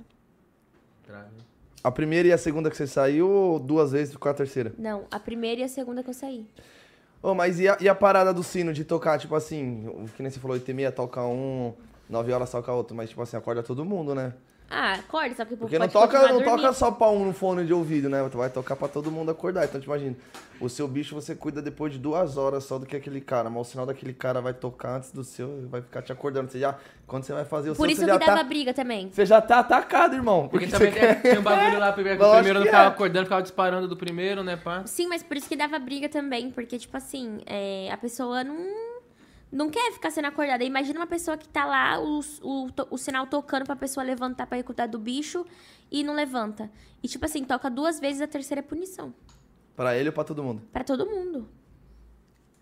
A primeira e a segunda que você saiu ou duas vezes ficou a terceira? Não, a primeira e a segunda que eu saí. Ô, mas e a, e a parada do sino de tocar, tipo assim, o que nem você falou, 8 e meia toca um, 9 horas toca outro, mas tipo assim, acorda todo mundo, né? Ah, acorda, só que o povo Porque não pode toca, continuar não toca dormindo. só pra um no fone de ouvido, né? Tu vai tocar pra todo mundo acordar. Então, te imagina, o seu bicho você cuida depois de duas horas só do que aquele cara, mas o sinal daquele cara vai tocar antes do seu, vai ficar te acordando. Você já, quando você vai fazer o Por seu, isso você que já dava tá, briga também. você já tá atacado, irmão. Porque você também quer- tem, tem um bagulho (laughs) lá, primeiro, que o Lógico primeiro não que ficava é. acordando, ficava disparando do primeiro, né, pá? Sim, mas por isso que dava briga também, porque, tipo assim, é, a pessoa não, não quer ficar sendo acordada. Imagina uma pessoa que tá lá, o, o, to- o sinal tocando pra pessoa levantar pra ir cuidar do bicho e não levanta. E, tipo assim, toca duas vezes, a terceira é punição. Pra ele ou pra todo mundo? Pra todo mundo.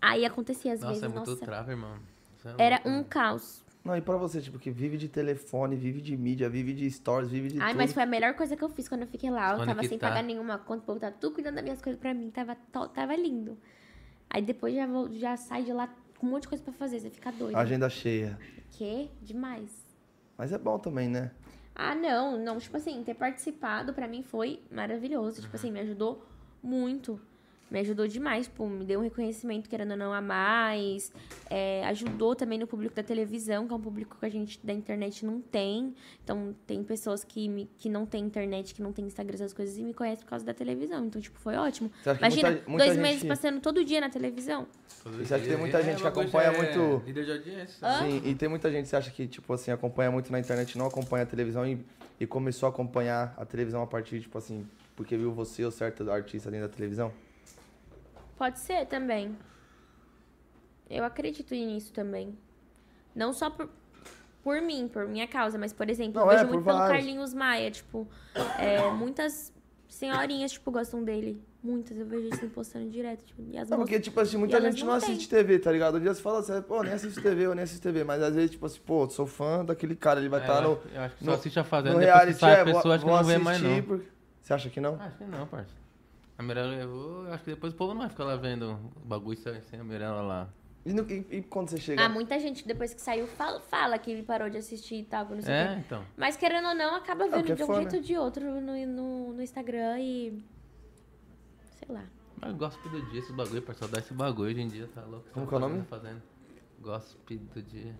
Aí acontecia às Nossa, vezes, é muito nossa. trava, irmão. Isso é Era louco, um mano. caos. Não, e pra você, tipo, que vive de telefone, vive de mídia, vive de stories, vive de Ai, tudo. mas foi a melhor coisa que eu fiz quando eu fiquei lá. Eu Quando tava que sem tá? pagar nenhuma conta, o povo tava tudo cuidando das minhas coisas pra mim, tava, to- tava lindo. Aí depois já, vou, já sai de lá com um monte de coisa pra fazer, você fica doido. Agenda cheia. Que demais. Mas é bom também, né? Ah, não, não, tipo assim, ter participado pra mim foi maravilhoso. Tipo Uhum. assim, me ajudou muito. Me ajudou demais, pô, me deu um reconhecimento, querendo ou não, a mais. É, ajudou também no público da televisão, que é um público que a gente da internet não tem. Então, tem pessoas que, me- que não tem internet, que não tem Instagram, essas coisas, e me conhecem por causa da televisão. Então, tipo, foi ótimo. Você acha que Imagina, muita- muita dois gente- meses passando todo dia na televisão. Todo Isso acho que dia. É, tem muita gente que o bagulho acompanha já muito- Líder de audiência. Sim, e tem muita gente que acha que, tipo assim, acompanha muito na internet, não acompanha a televisão e, e começou a acompanhar a televisão a partir, tipo assim, porque viu você ou certo artista dentro da televisão? Pode ser também. Eu acredito nisso também. Não só por, por mim, por minha causa, mas, por exemplo, eu Não, é, vejo por muito pelo vários. Carlinhos Maia, tipo, é, muitas senhorinhas, tipo, gostam dele. Muitas, eu vejo isso postando direto, tipo, e as Não, porque, moças- tipo assim, E muita elas gente não não têm. assiste TV, tá ligado? Um dia você fala assim, pô, nem assisto TV, eu nem assisto TV, mas às vezes, tipo assim, pô, sou fã daquele cara, ele vai É, estar eu no, acho- Eu acho que no- só assiste a fazenda, no depois que reality, sai é, a pessoa, acho que vou não vê mais assistir não. porque- Você acha que não? Acho que não, parça. A Mirella levou, eu acho que depois o povo não vai ficar lá vendo o bagulho sem sem a Mirella lá. E, no- e- e quando você chega... Ah, muita gente, depois que saiu, fala, fala que parou de assistir e tal, que não sei o É, quê. então. Mas, querendo ou não, acaba o que vendo é de um fã, jeito né? ou de outro no, no, no Instagram e... Sei lá. Mas gosto do dia, esses bagulho, parceiro. Dá esse bagulho hoje em dia, tá louco? Como que é o nome? Fazendo. Gosto do dia.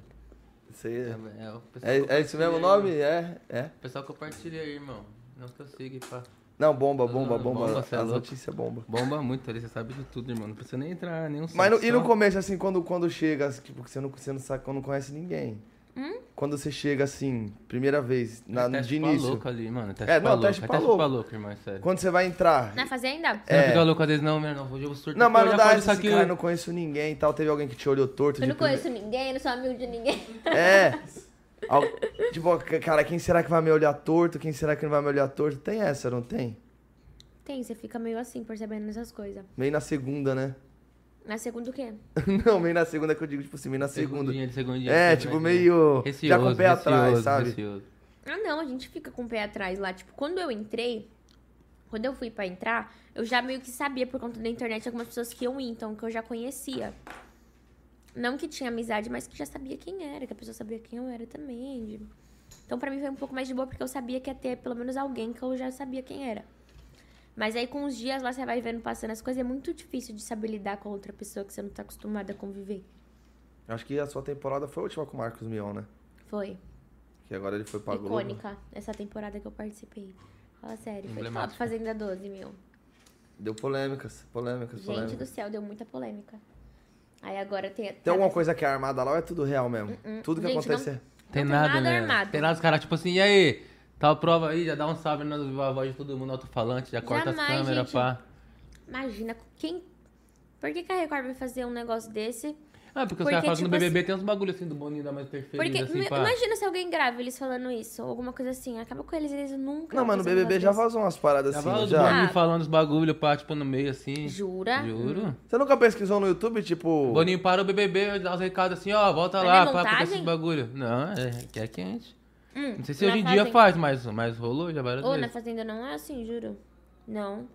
Você- É, é, o pessoal É, é esse compartilha mesmo aí, nome? irmão. É, é. O pessoal compartilha aí, irmão. Não que eu siga, e pá. Não, bomba, bomba, Não, bomba. bomba, As cê é louco. notícias bomba. Bomba muito ali, você sabe de tudo, irmão. Não precisa nem um entrar, nenhum Mas no- site, e no só- Hum? começo, assim, quando, quando chega, assim, tipo, que você não, você não sabe, quando não conhece ninguém. quando você chega assim, primeira vez, na, É teste de pra início. louco ali, mano. Teste É, pra não, louco. teste é pra teste louco. pra louco, irmão, é sério. Quando você vai entrar. Na fazenda? Você não É. fica louco às vezes, não, meu irmão. Hoje eu vou surtar. Não, mas eu não já dá faço isso isso aqui. aqui. Cara, não conheço ninguém e tal. Teve alguém que te olhou torto. Eu de não primeira- conheço ninguém, não sou amigo de ninguém. (laughs) É. Al- Tipo, c- cara, quem será que vai me olhar torto? Quem será que não vai me olhar torto? Tem essa, não tem? Tem, você fica meio assim, percebendo essas coisas. Meio na segunda, né? (laughs) Na segunda o quê? Não, meio na segunda que eu digo, tipo assim, meio na segunda. Segundinha, de segundinha. É, de tipo, segundinha. meio. Receoso, Já com o pé atrás, receoso, sabe? receoso. Ah, não, a gente fica com o pé atrás lá. Tipo, quando eu entrei, quando eu fui pra entrar, eu já meio que sabia por conta da internet algumas pessoas que iam ir, então que eu já conhecia. Não que tinha amizade, mas que já sabia quem era, que a pessoa sabia quem eu era também. de- Então pra mim foi um pouco mais de boa, porque eu sabia que ia ter pelo menos alguém que eu já sabia quem era. Mas aí com os dias lá você vai vendo passando as coisas, é muito difícil de saber lidar com outra pessoa que você não tá acostumada a conviver. Acho que a sua temporada foi a última com o Marcos Mion, né? Foi. Que agora ele foi pra Globo. icônica essa temporada que eu participei. Fala sério, foi top Emblemático. Fazenda 12, meu. Deu polêmicas, polêmicas, Gente do polêmicas. céu, deu muita polêmica. Aí agora tem. Tem alguma coisa que é armada lá ou é tudo real mesmo? Tudo que Uh-uh. Gente, acontecer. Tem tem nada, nada né? armado. Tem nada, os caras, tipo assim, e aí? Tal prova aí, já dá um salve na na voz de todo mundo, alto-falante, já corta Jamais, as câmeras, gente. pá. Imagina, quem. Por que, que a Record vai fazer um negócio desse? Ah, porque, os Porque, caras falam que no tipo BBB tem uns bagulho assim do Boninho da mais perfeita, Porque assim, ima- pá. imagina se alguém grava eles falando isso, ou alguma coisa assim. Acaba com eles, eles nunca. Não, vão mano, o fazer um BBB já negócio vazou umas paradas Já assim, vai os já. Boninho falando os bagulho, pá, tipo, no meio, assim. desse. Jura? Juro. Você nunca pesquisou no YouTube, tipo. Boninho para o BBB, dá os recados assim, ó, volta Mas lá, não é pá, porque montagem? esses bagulho. Não, é que é quente. Hum, Não sei se na hoje em dia Fazenda- faz, mas, mas rolou já várias Ou na vezes. Fazenda não é assim, juro. Não.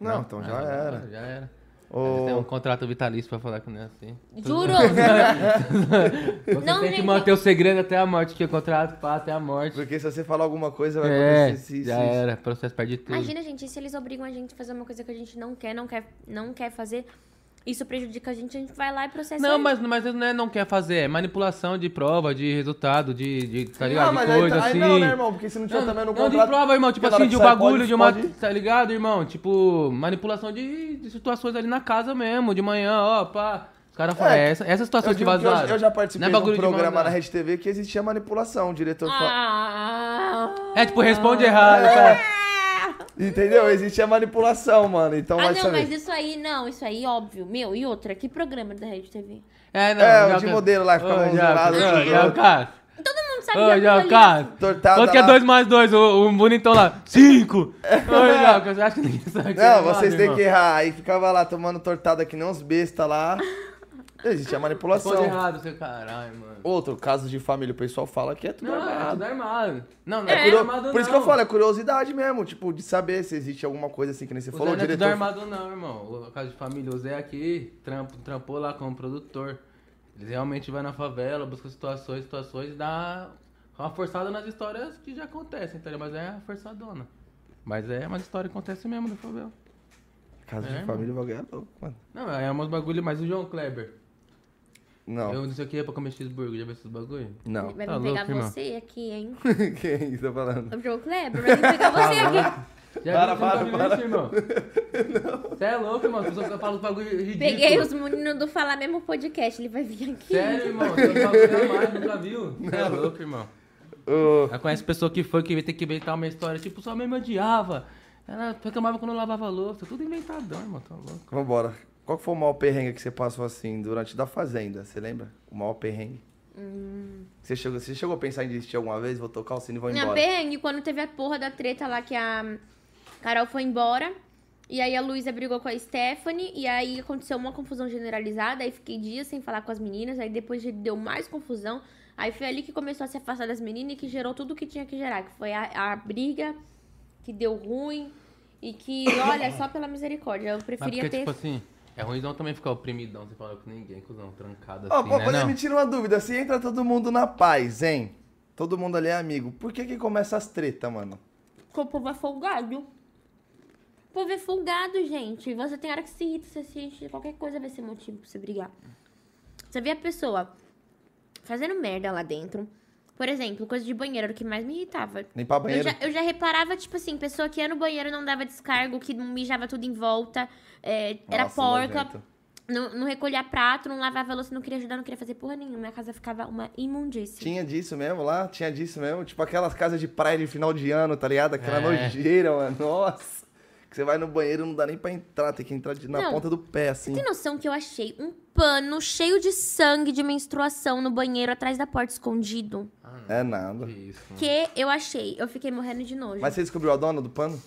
Não, então já Ah, era. Já era. Ô, Tem um contrato vitalício pra falar que não é assim. Juro! (laughs) Você Não, tem que gente. manter o segredo até a morte, que o contrato pá, até a morte. Porque se você falar alguma coisa, vai É, acontecer. Isso, já isso. era, processo perde tudo. Imagina, gente, e se eles obrigam a gente a fazer uma coisa que a gente não quer, não quer, não quer fazer, isso prejudica a gente, a gente vai lá e processa Não, eles. mas, mas não é não quer fazer, é manipulação de prova, de resultado, de, de tá ligado? Não, de mas aí, coisa tá- assim. aí não, né, irmão? Porque se não tinha Não, também no não, contrato... de prova, irmão, tipo Porque na hora que assim, de um sai, bagulho, pode- de uma. pode- Tá ligado, irmão? Tipo, manipulação de, de situações ali na casa mesmo, de manhã, ó, pá. Os caras falam, é, essa, essa situação Eu, de é digo que eu- vazar. eu já participei de um programa na região. Rede TV que existia manipulação. O diretor fala... Ah, É, tipo, responde errado, É. cara. Entendeu? Existia manipulação, mano. Então ah vai não, saber. mas isso aí, não, isso aí, óbvio. Meu, e outra, que programa da Rede TV? É, não. É, o já de alcan- modelo lá, que ficava Ô, um já do lado, alcan- outro Ô, do já outro. alcan- Todo mundo sabe Ô, já Ah, já aquilo ali. cara. Tortada Quanto que é tá, lá. 2 mais 2? O, o bonitão lá. 5! (laughs) Ô, já, eu acho que ninguém sabe. o que é Não, vocês errado, têm irmão. que errar. Aí ficava lá tomando tortada que nem uns besta lá. Existia Responde manipulação. errado, seu caralho, mano. Outro caso de família, o pessoal fala que é tudo Não, é armado. tudo armado. Não, não É é, curio- tudo armado, Por isso que não. eu falo, é curiosidade mesmo, tipo, de saber se existe alguma coisa assim que nem você O falou, Zé o não é tudo diretor. armado não, irmão. O caso de família, o Zé aqui trampo, trampou lá como produtor. Ele realmente vai na favela, busca situações, situações e dá uma forçada nas histórias que já acontecem, entendeu? Mas é forçadona. Mas é uma história que acontece mesmo da favela. Caso É, de irmão. família, o bagulho é louco, mano. Não, é umas bagulho, mas o João Kleber. Não, Eu não sei o que é pra comer cheeseburger, já viu esses bagulho? não. (laughs) Vai Tá me pegar louco, irmão. você aqui, hein? É Quem que tá falando? O João Kleber, vai me Tá pegar você aqui. Já Para, viu, para, você nunca viu para. isso, irmão? (laughs) Você é louco, irmão. As pessoas ficam falando bagulho é ridículo. Peguei os meninos do Falar Mesmo Podcast, ele vai vir aqui. Sério, irmão? Você não bagulho mais, nunca viu? Você é louco, irmão. Ô, Ela conhece pessoa que foi, que tem que inventar uma história, tipo, sua mãe me odiava. Ela reclamava quando eu lavava a louça, tudo inventadão, irmão, tá louco. vambora. Qual que foi o maior perrengue que você passou assim durante da fazenda? Você lembra? O maior perrengue? Hum. Você, chegou, você chegou a pensar em desistir alguma vez? Vou tocar o sino e vou Na embora. perrengue, quando teve a porra da treta lá que a Carol foi embora. E aí a Luísa brigou com a Stephanie. E aí aconteceu uma confusão generalizada. Aí fiquei dias sem falar com as meninas. Aí depois deu mais confusão. Aí foi ali que começou a se afastar das meninas e que gerou tudo o que tinha que gerar. Que foi a, a briga, que deu ruim. E (coughs) que, olha, só pela misericórdia. Eu Mas preferia porque, ter. tipo assim, é ruimzão também ficar oprimidão, sem falar com ninguém, cuzão, trancado Ó, assim, pô, né, mas não? me tira uma dúvida. Se entra todo mundo na paz, hein? Todo mundo ali é amigo. Por que que começa as treta, mano? Porque o povo é folgado. O povo é folgado, gente. Você tem hora que se irrita, você se enche. Qualquer coisa vai ser motivo pra você brigar. Você vê a pessoa fazendo merda lá dentro. Por exemplo, coisa de banheiro era o que mais me irritava. Limpar Eu banheiro. já, eu já reparava, tipo assim, pessoa que ia no banheiro não dava descargo, que mijava tudo em volta, é, era Nossa, porca. nojento. Não, não recolhia prato, não lavava louça, não queria ajudar, não queria fazer porra nenhuma. Minha casa ficava uma imundícia. Tinha disso mesmo lá? Tinha disso mesmo? Tipo aquelas casas de praia de final de ano, tá ligado? Aquela É. nojeira, mano. Nossa. Que você vai no banheiro não dá nem pra entrar, tem que entrar de- na Não. ponta do pé, assim. Tem noção que eu achei um pano cheio de sangue de menstruação no banheiro atrás da porta escondido? Ah, não. É nada. Que isso, mano. Que eu achei. Eu fiquei morrendo de nojo. Mas você descobriu a dona do pano?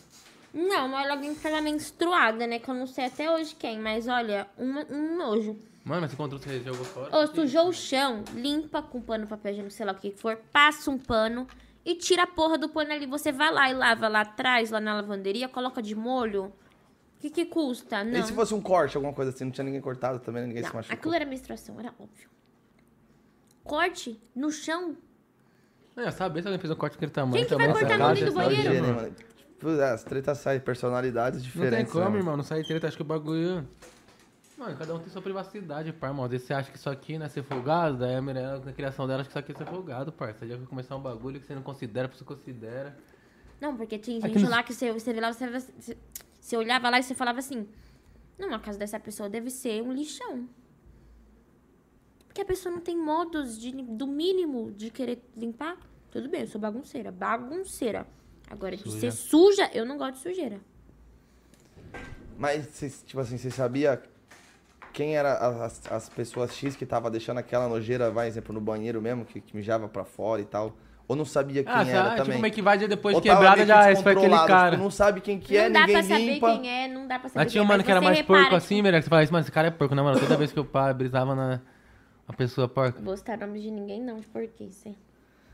Não, mas alguém que tava é menstruada, né? Que eu não sei até hoje quem, mas olha, uma- um nojo. Mano, mas você encontrou, você jogou fora? Ou sujou o chão, limpa com pano, papel higiênico, sei lá o que que for, passa um pano e tira a porra do pano ali. Você vai lá e lava lá atrás, lá na lavanderia, coloca de molho. O que que custa? Não. E se fosse um corte, alguma coisa assim? Não tinha ninguém cortado também, ninguém se Não, machucou. aquilo era menstruação, era óbvio. Corte no chão. Não, eu sabia se alguém fez um corte daquele tamanho. Quem que também, é vai cortar essa no caixa, meio do essa banheiro? higiene, Higiene, né, mano. mano. Tipo, As tretas saem, personalidades Não diferentes. tem como, né, mano? irmão. Não sai treta. Acho que o bagulho. Mano, cada um tem sua privacidade, par, irmão. Às vezes você acha que isso aqui não é ser folgado, daí a Mirella, na criação dela, acha que isso aqui é ser folgado, parça. Aí Já vai começar um bagulho que você não considera, você considera. Não, porque tinha Aqui gente nos- lá que você, você, vê lá, você, você- você olhava lá e você falava assim: Não, a casa dessa pessoa deve ser um lixão. Porque a pessoa não tem modos de, do mínimo de querer limpar. Tudo bem, eu sou bagunceira. Bagunceira. Agora, de Suja. ser suja, eu não gosto de sujeira. Mas, cê- tipo assim, você sabia quem era a- as, as pessoas X que tava deixando aquela nojeira, vai, exemplo, no banheiro mesmo, que, que mijava pra fora e tal? Ou não sabia quem ah, era sabe? também? Tipo, meio que vai dia depois de Ou tava quebrada, meio já esse foi aquele descontrolado, cara. tipo, não sabe quem que é, não dá ninguém pra saber limpa. quem é, não dá pra saber Mas tinha um quem é, mano que era você mais repara, porco assim, tipo, Mirella, que você fala assim, mano, esse cara é porco, né, mano? Toda vez que eu pá, brisava na. Uma pessoa porca. Vou citar nomes de ninguém, não, de porquês, hein?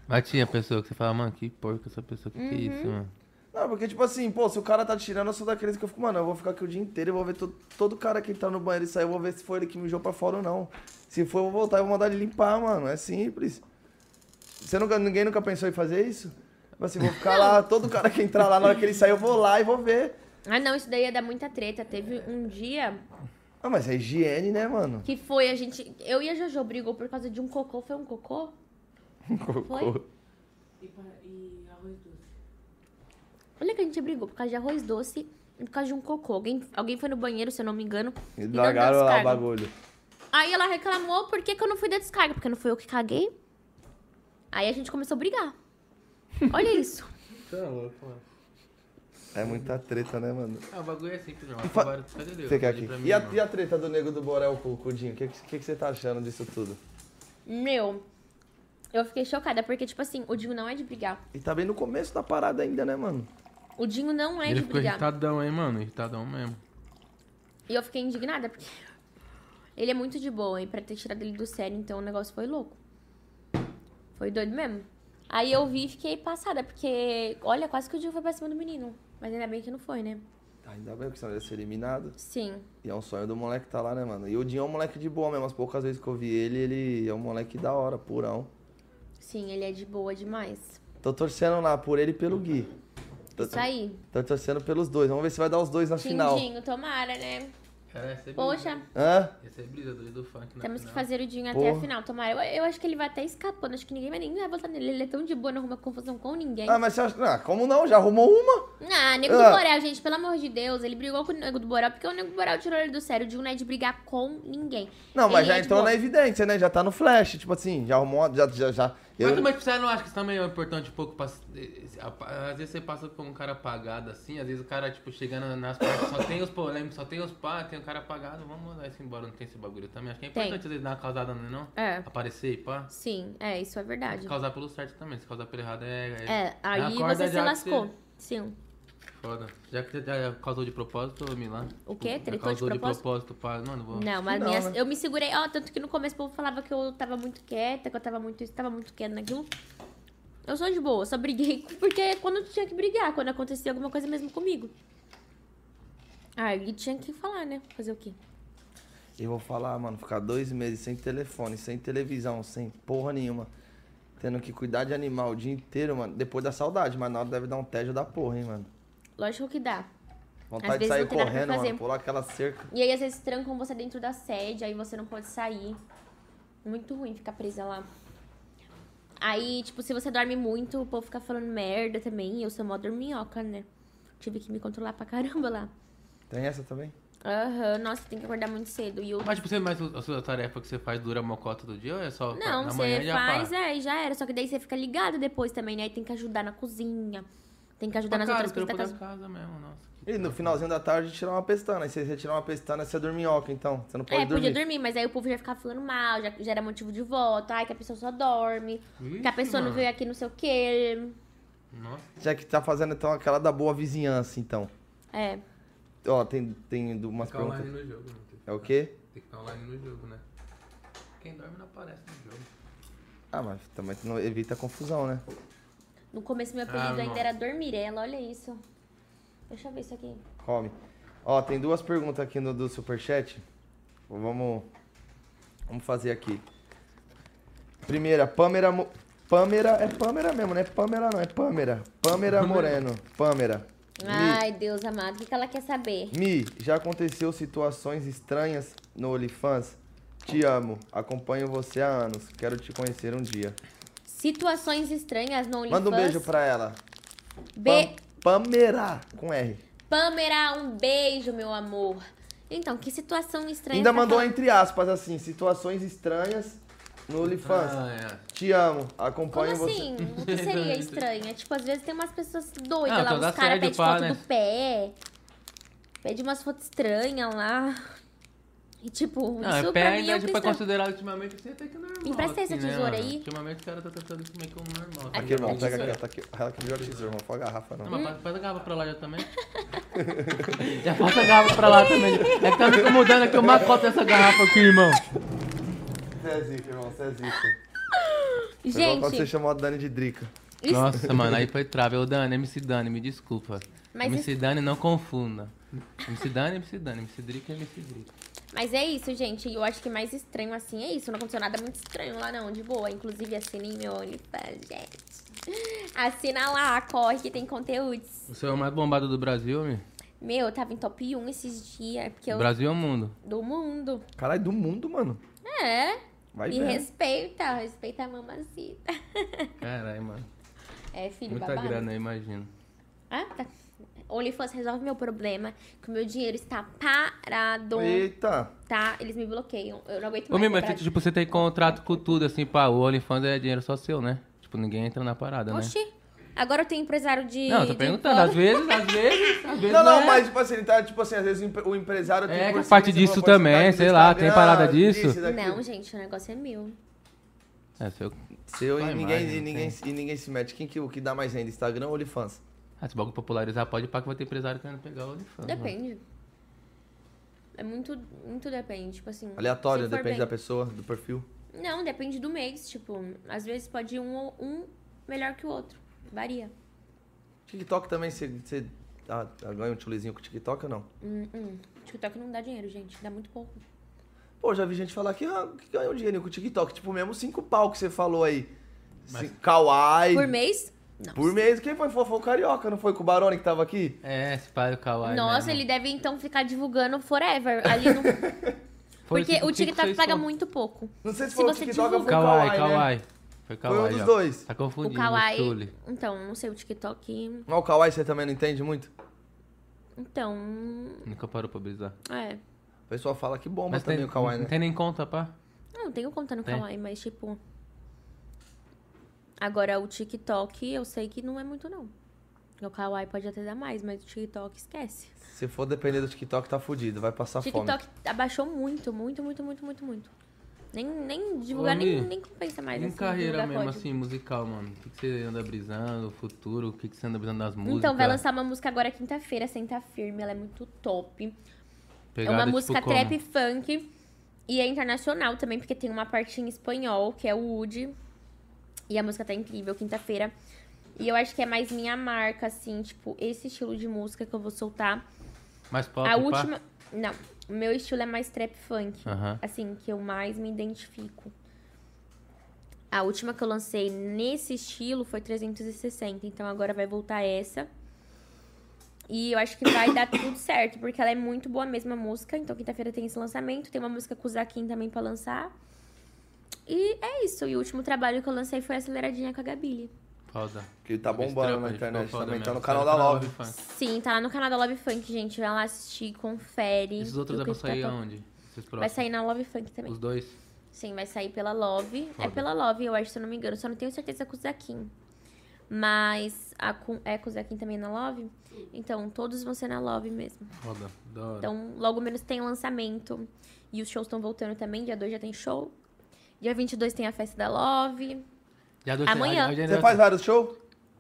Mas tinha pessoa que você fala, mano, que porco essa pessoa, que que é Uhum. isso, mano? Não, porque, tipo assim, pô, se o cara tá tirando, eu sou daqueles que eu fico, mano, eu vou ficar aqui o dia inteiro, eu vou ver to- todo cara que entrar no banheiro e sair, eu vou ver se foi ele que mijou pra fora ou não. Se for, eu vou voltar e vou mandar ele limpar, mano. É simples. Você nunca, ninguém nunca pensou em fazer isso? Tipo assim, vou ficar lá, (laughs) todo cara que entrar lá, na hora que ele sair, eu vou lá e vou ver. Ah, não, isso daí ia dar muita treta. Teve um dia Ah, mas é higiene, né, (laughs) mano? Que foi, a gente. Eu e a Jojo brigou por causa de um cocô. Foi um cocô? Foi? E, pa- e arroz doce. Olha é que a gente brigou por causa de arroz doce e por causa de um cocô. Alguém, alguém foi no banheiro, se eu não me engano. E não deu dragaram lá o descarga. bagulho. Aí ela reclamou por que, que eu não fui dar descarga, porque não fui eu que caguei. Aí a gente começou (laughs) a brigar. Olha isso. Você é louco, mano. É muita treta, né, mano? Ah, o bagulho é simples, irmão. fa- Agora, cadê ele? Você quer Ele aqui? pra mim, E a, irmão. e a treta do nego do Borel com o Cudinho? O que, que, que você tá achando disso tudo? Meu, eu fiquei chocada, porque, tipo assim, o Dinho não é de brigar. E tá bem no começo da parada ainda, né, mano? O Dinho não é Ele de ficou brigar. irritadão, hein, mano? Irritadão mesmo. E eu fiquei indignada, porque ele é muito de boa, e pra ter tirado ele do sério, então o negócio foi louco. Foi doido mesmo. Aí eu vi e fiquei passada, porque, olha, quase que o Diego foi pra cima do menino. Mas ainda bem que não foi, né? Ainda bem que senão ele ia ser eliminado. Sim. E é um sonho do moleque tá lá, né, mano? E o Dinho é um moleque de boa mesmo. As poucas vezes que eu vi ele, ele é um moleque da hora, purão. Sim, ele é de boa demais. Tô torcendo lá por ele e pelo Gui. Tô, Isso aí. um tô torcendo pelos dois. Vamos ver se vai dar os dois na Tá final. Tindinho, tomara, né? Cara, essa é Poxa, Hã? Esse é brisa do, do funk, né? temos que Não. fazer o Dinho até Porra. a final, tomara. Eu, eu acho que ele vai até escapando, acho que ninguém vai nem vai votar nele. Ele é tão de boa, não arruma confusão com ninguém. Ah, mas você acha. Ah, como não? Já arrumou uma? Ah, Nego Ah. do Borel, gente, pelo amor de Deus, ele brigou com o Nego do Borel porque o Nego do Borel tirou ele do sério. O Dinho não é de brigar com ninguém. Não, mas Ele já é de entrou boa. na evidência, né? Já tá no flash. Tipo assim, já arrumou. Já. já, já. Mas Eu- também tipo, você não acha que isso também é importante um pouco pra... Às vezes você passa como um cara apagado assim, às vezes o cara, tipo, chegando nas partes, só tem os polêmicos, só tem os pá, tem o cara apagado, vamos mandar isso embora, não tem esse bagulho também. Acho que é Tem. importante às vezes dar uma causada, não é não? É, Aparecer e pá. sim, é, isso é verdade. Causar pelo certo também, se causar pelo errado é... É, aí acorda você se já que lascou. você- Sim. Foda. Já que você já causou de propósito, Milan. O quê? Já Tretou de Causou de propósito? propósito, pá. Mano, vou... Não, mas Não, minhas- né? eu me segurei, ó, tanto que no começo o povo falava que eu tava muito quieta, que eu tava muito isso, tava muito quieta naquilo. Eu sou de boa, eu só briguei (laughs) porque é quando eu tinha que brigar, quando acontecia alguma coisa mesmo comigo. Ah, e tinha que falar, né? Fazer o quê? Eu vou falar, mano, ficar dois meses sem telefone, sem televisão, sem porra nenhuma. Tendo que cuidar de animal o dia inteiro, mano. Depois da saudade, mas na hora deve dar um tédio da porra, hein, mano. Lógico que dá. Vontade Às de vezes sair não tem nada pra correndo, mano. fazer. Pular aquela cerca. E aí, às vezes, trancam você dentro da sede, aí você não pode sair. Muito ruim ficar presa lá. Aí, tipo, se você dorme muito, o povo fica falando merda também. Eu sou mó dorminhoca, né? Tive que me controlar pra caramba lá. Tem essa também? Aham, nossa, tem que acordar muito cedo. E o... Mas, tipo, você, mas a sua tarefa que você faz dura mocota do dia ou é só Não, na manhã você já faz, para? é, e já era. Só que daí você fica ligado depois também, né? Aí tem que ajudar na cozinha. Tem que ajudar nas Cara, outras o coisas da trampo casa. mesmo, nossa. que E no trampo. finalzinho da tarde tirar uma pestana. Aí se você tirar uma pestana, você é dorminhoca, então. Você não pode é, dormir. podia dormir, mas aí o povo já ficava falando mal, já, já era motivo de voto. Ai, que a pessoa só dorme, que a Vixe, pessoa não mano. veio aqui não sei o quê. Nossa, Já que tá fazendo então aquela da boa vizinhança, então. É. Ó, tem, tem umas ficar online perguntas. no jogo. Mano. Tem que É o ficar- quê? Tem que ficar online no jogo, né? Quem dorme não aparece no jogo. Ah, mas também não evita a confusão, né? No começo meu Ah, apelido ainda nossa. era Dormirela, olha isso. Deixa eu ver isso aqui. Come. Ó, tem duas perguntas aqui no do Superchat. Vamos. Vamos fazer aqui. Primeira, Pâmera. Mo- Pâmera é Pâmera mesmo, né? Pâmera não, é Pâmera. Pâmera Moreno. Pâmera. Ai, Deus amado, o que, que ela quer saber? Mi, já aconteceu situações estranhas no OnlyFans? Te amo, acompanho você há anos, quero te conhecer um dia. Situações estranhas no OnlyFans. Manda um beijo pra ela. Be- Pam- Pamera, com R. Pamela, um beijo, meu amor. Então, que situação estranha. Ainda tá mandou falando? entre aspas assim, situações estranhas no OnlyFans. Ah, é. Te amo, Como acompanho você. assim? O que (laughs) seria estranha? Tipo, às vezes tem umas pessoas doidas Ah, lá, então dá os caras certo, pedem pá, foto né? do pé, pede umas fotos estranhas lá. E tipo, Não, isso é pra mim pé é é o que tipo, é estranho. considerado ultimamente assim, até que normal. Me presta essa assim, né, tesoura mano? aí. Ultimamente os caras estão tentando isso meio que como normal. tá Aqui, irmão, ligado? pega aqui, ó, tá aqui. Ela que viu a tesoura, irmão, foi a garrafa Não, não. mas faz a garrafa pra lá já (laughs) também. já passa a garrafa pra lá também. É que tá me incomodando aqui o macota dessa garrafa aqui, irmão. Você é zica, irmão, você é zica. Foi igual quando você Gente, chamou a Dani de Drica. isso- Nossa, mano, aí foi trave. Ô, Dani, MC Dani, me desculpa. Mas MC Dani, não confunda. MC Dani, MC Dani, MC Drica, MC Drica. mas é isso, gente. E eu acho que mais estranho assim é isso. Não aconteceu nada muito estranho lá, não. De boa. Inclusive, assinem meu OnlyFans, gente. (laughs) Assina lá, corre que tem conteúdos. Você é o mais bombado do Brasil, meu? Meu, eu tava em top 1 esses dias, porque eu. Brasil ou mundo? Do mundo. Caralho, do mundo, mano. É. Vai Me ver. respeita, respeita a mamacita. (laughs) Caralho, mano. É, filho, Muita babado. grana, eu imagino. Ah, tá. OnlyFans resolve meu problema, que o meu dinheiro está parado, Eita. tá? Eles me bloqueiam, eu não aguento Ô, mais. meu, mas quebrar- tipo, você tem contrato com tudo, assim, pá, o OnlyFans é dinheiro só seu, né? Tipo, ninguém entra na parada, né? Oxi, agora eu tenho empresário de... Não, eu tô de perguntando, fora. às vezes, às vezes, às vezes Não, não, é. mas tipo assim, ele tá, tipo assim, às vezes o empre- o empresário É, que por a cima, parte você fala, disso pô, esse também, cara tem sei lá, tem Instagram, Ah, parada disso? isso, daquilo. Não, gente, o negócio é meu. É, seu... Seu Só e a ninguém, imagem, e, não ninguém, e ninguém se mete. Quem que, o que dá mais renda, Instagram ou OnlyFans? Ah, se o bagulho popularizar, pode pá que vai ter empresário querendo pegar o OnlyFans. né? mano. Depende. É muito, muito depende, tipo assim... Aleatório, se for depende bem- da pessoa, do perfil. Não, depende do mês, tipo, às vezes pode ir um, ou- um melhor que o outro, varia. TikTok também, você, você ah, ganha um tchulizinho com o TikTok ou não? Hum, hum. TikTok não dá dinheiro, gente, dá muito pouco. Pô, já vi gente falar que, ah, que ganhou dinheirinho com o TikTok. Tipo, mesmo cinco pau que você falou aí. Mas... Kawaii. Por mês? Não. Por mês. Quem foi? Foi foi o Carioca, não foi? Com o Barone que tava aqui? É, esse pai do Kawaii. Nossa, ele deve então ficar divulgando forever. Ali (laughs) no... Porque o TikTok paga muito pouco. Não sei se, Se foi o você TikTok ou foi o Kawaii, Kawaii, né? Kawaii. Foi Kawaii. um dos ó. dois. Tá confundindo. o Kawaii. Tule. Então, não sei, o TikTok. Mas o Kawaii você também não entende muito? Então. Nunca parou pra brisar. É. O pessoal fala que bomba Mas também tem, o Kawaii, né? não tem nem conta, pá. Não, tenho conta no Tem. Kawaii, mas tipo. Agora, o TikTok, eu sei que não é muito, não. O Kawaii pode até dar mais, mas o TikTok esquece. Tá Se for depender do TikTok, tá fudido. Vai passar fome. TikTok abaixou muito, muito, muito, muito, muito, muito. Nem, nem divulgar, Ô, nem, Mi, nem compensa mais. em assim, carreira divulgar mesmo, código. assim, musical, mano. O que, que você anda brisando? O futuro? O que, que você anda brisando nas músicas? Então, vai lançar uma música agora quinta-feira, Senta Firme. Ela é muito top. Pegada, é uma tipo, música como? trap e funk. E é internacional também, porque tem uma parte em espanhol, que é o Wood. E a música tá incrível, quinta-feira. E eu acho que é mais minha marca, assim, tipo, esse estilo de música que eu vou soltar. Mais pop, pá? a última. Não, o meu estilo é mais trap funk. Aham. Assim, que eu mais me identifico. A última que eu lancei nesse estilo foi 360, então agora vai voltar essa. E eu acho que vai dar tudo certo, porque ela é muito boa mesmo a música. Então quinta-feira tem esse lançamento, tem uma música com o Zaquim também pra lançar. E é isso. E o último trabalho que eu lancei foi Aceleradinha com a Gabi. Foda. Que tá Ficou bombando estranho, na ficou internet foda também. Tá mesmo. no canal Tá da Love. Funk. Sim, tá lá no canal da Love Funk, gente. Vai lá assistir, confere. Esses outros O é pra clipe tá sair top. aonde? Esses próximos. Vai sair na Love Funk também. Os dois. Sim, vai sair pela Love. É Foda. pela Love, eu acho, se eu não me engano. Só não tenho certeza com o Zaquim. Mas a com, é com o Zaquim também na Love? Então, todos vão ser na Love mesmo. Foda. Da hora. Então, logo menos tem lançamento. E os shows estão voltando também. Dia 2 já tem show. Dia 22 tem a festa da Love. Já deu- amanhã. Então, A agenda, tá- Você faz vários shows?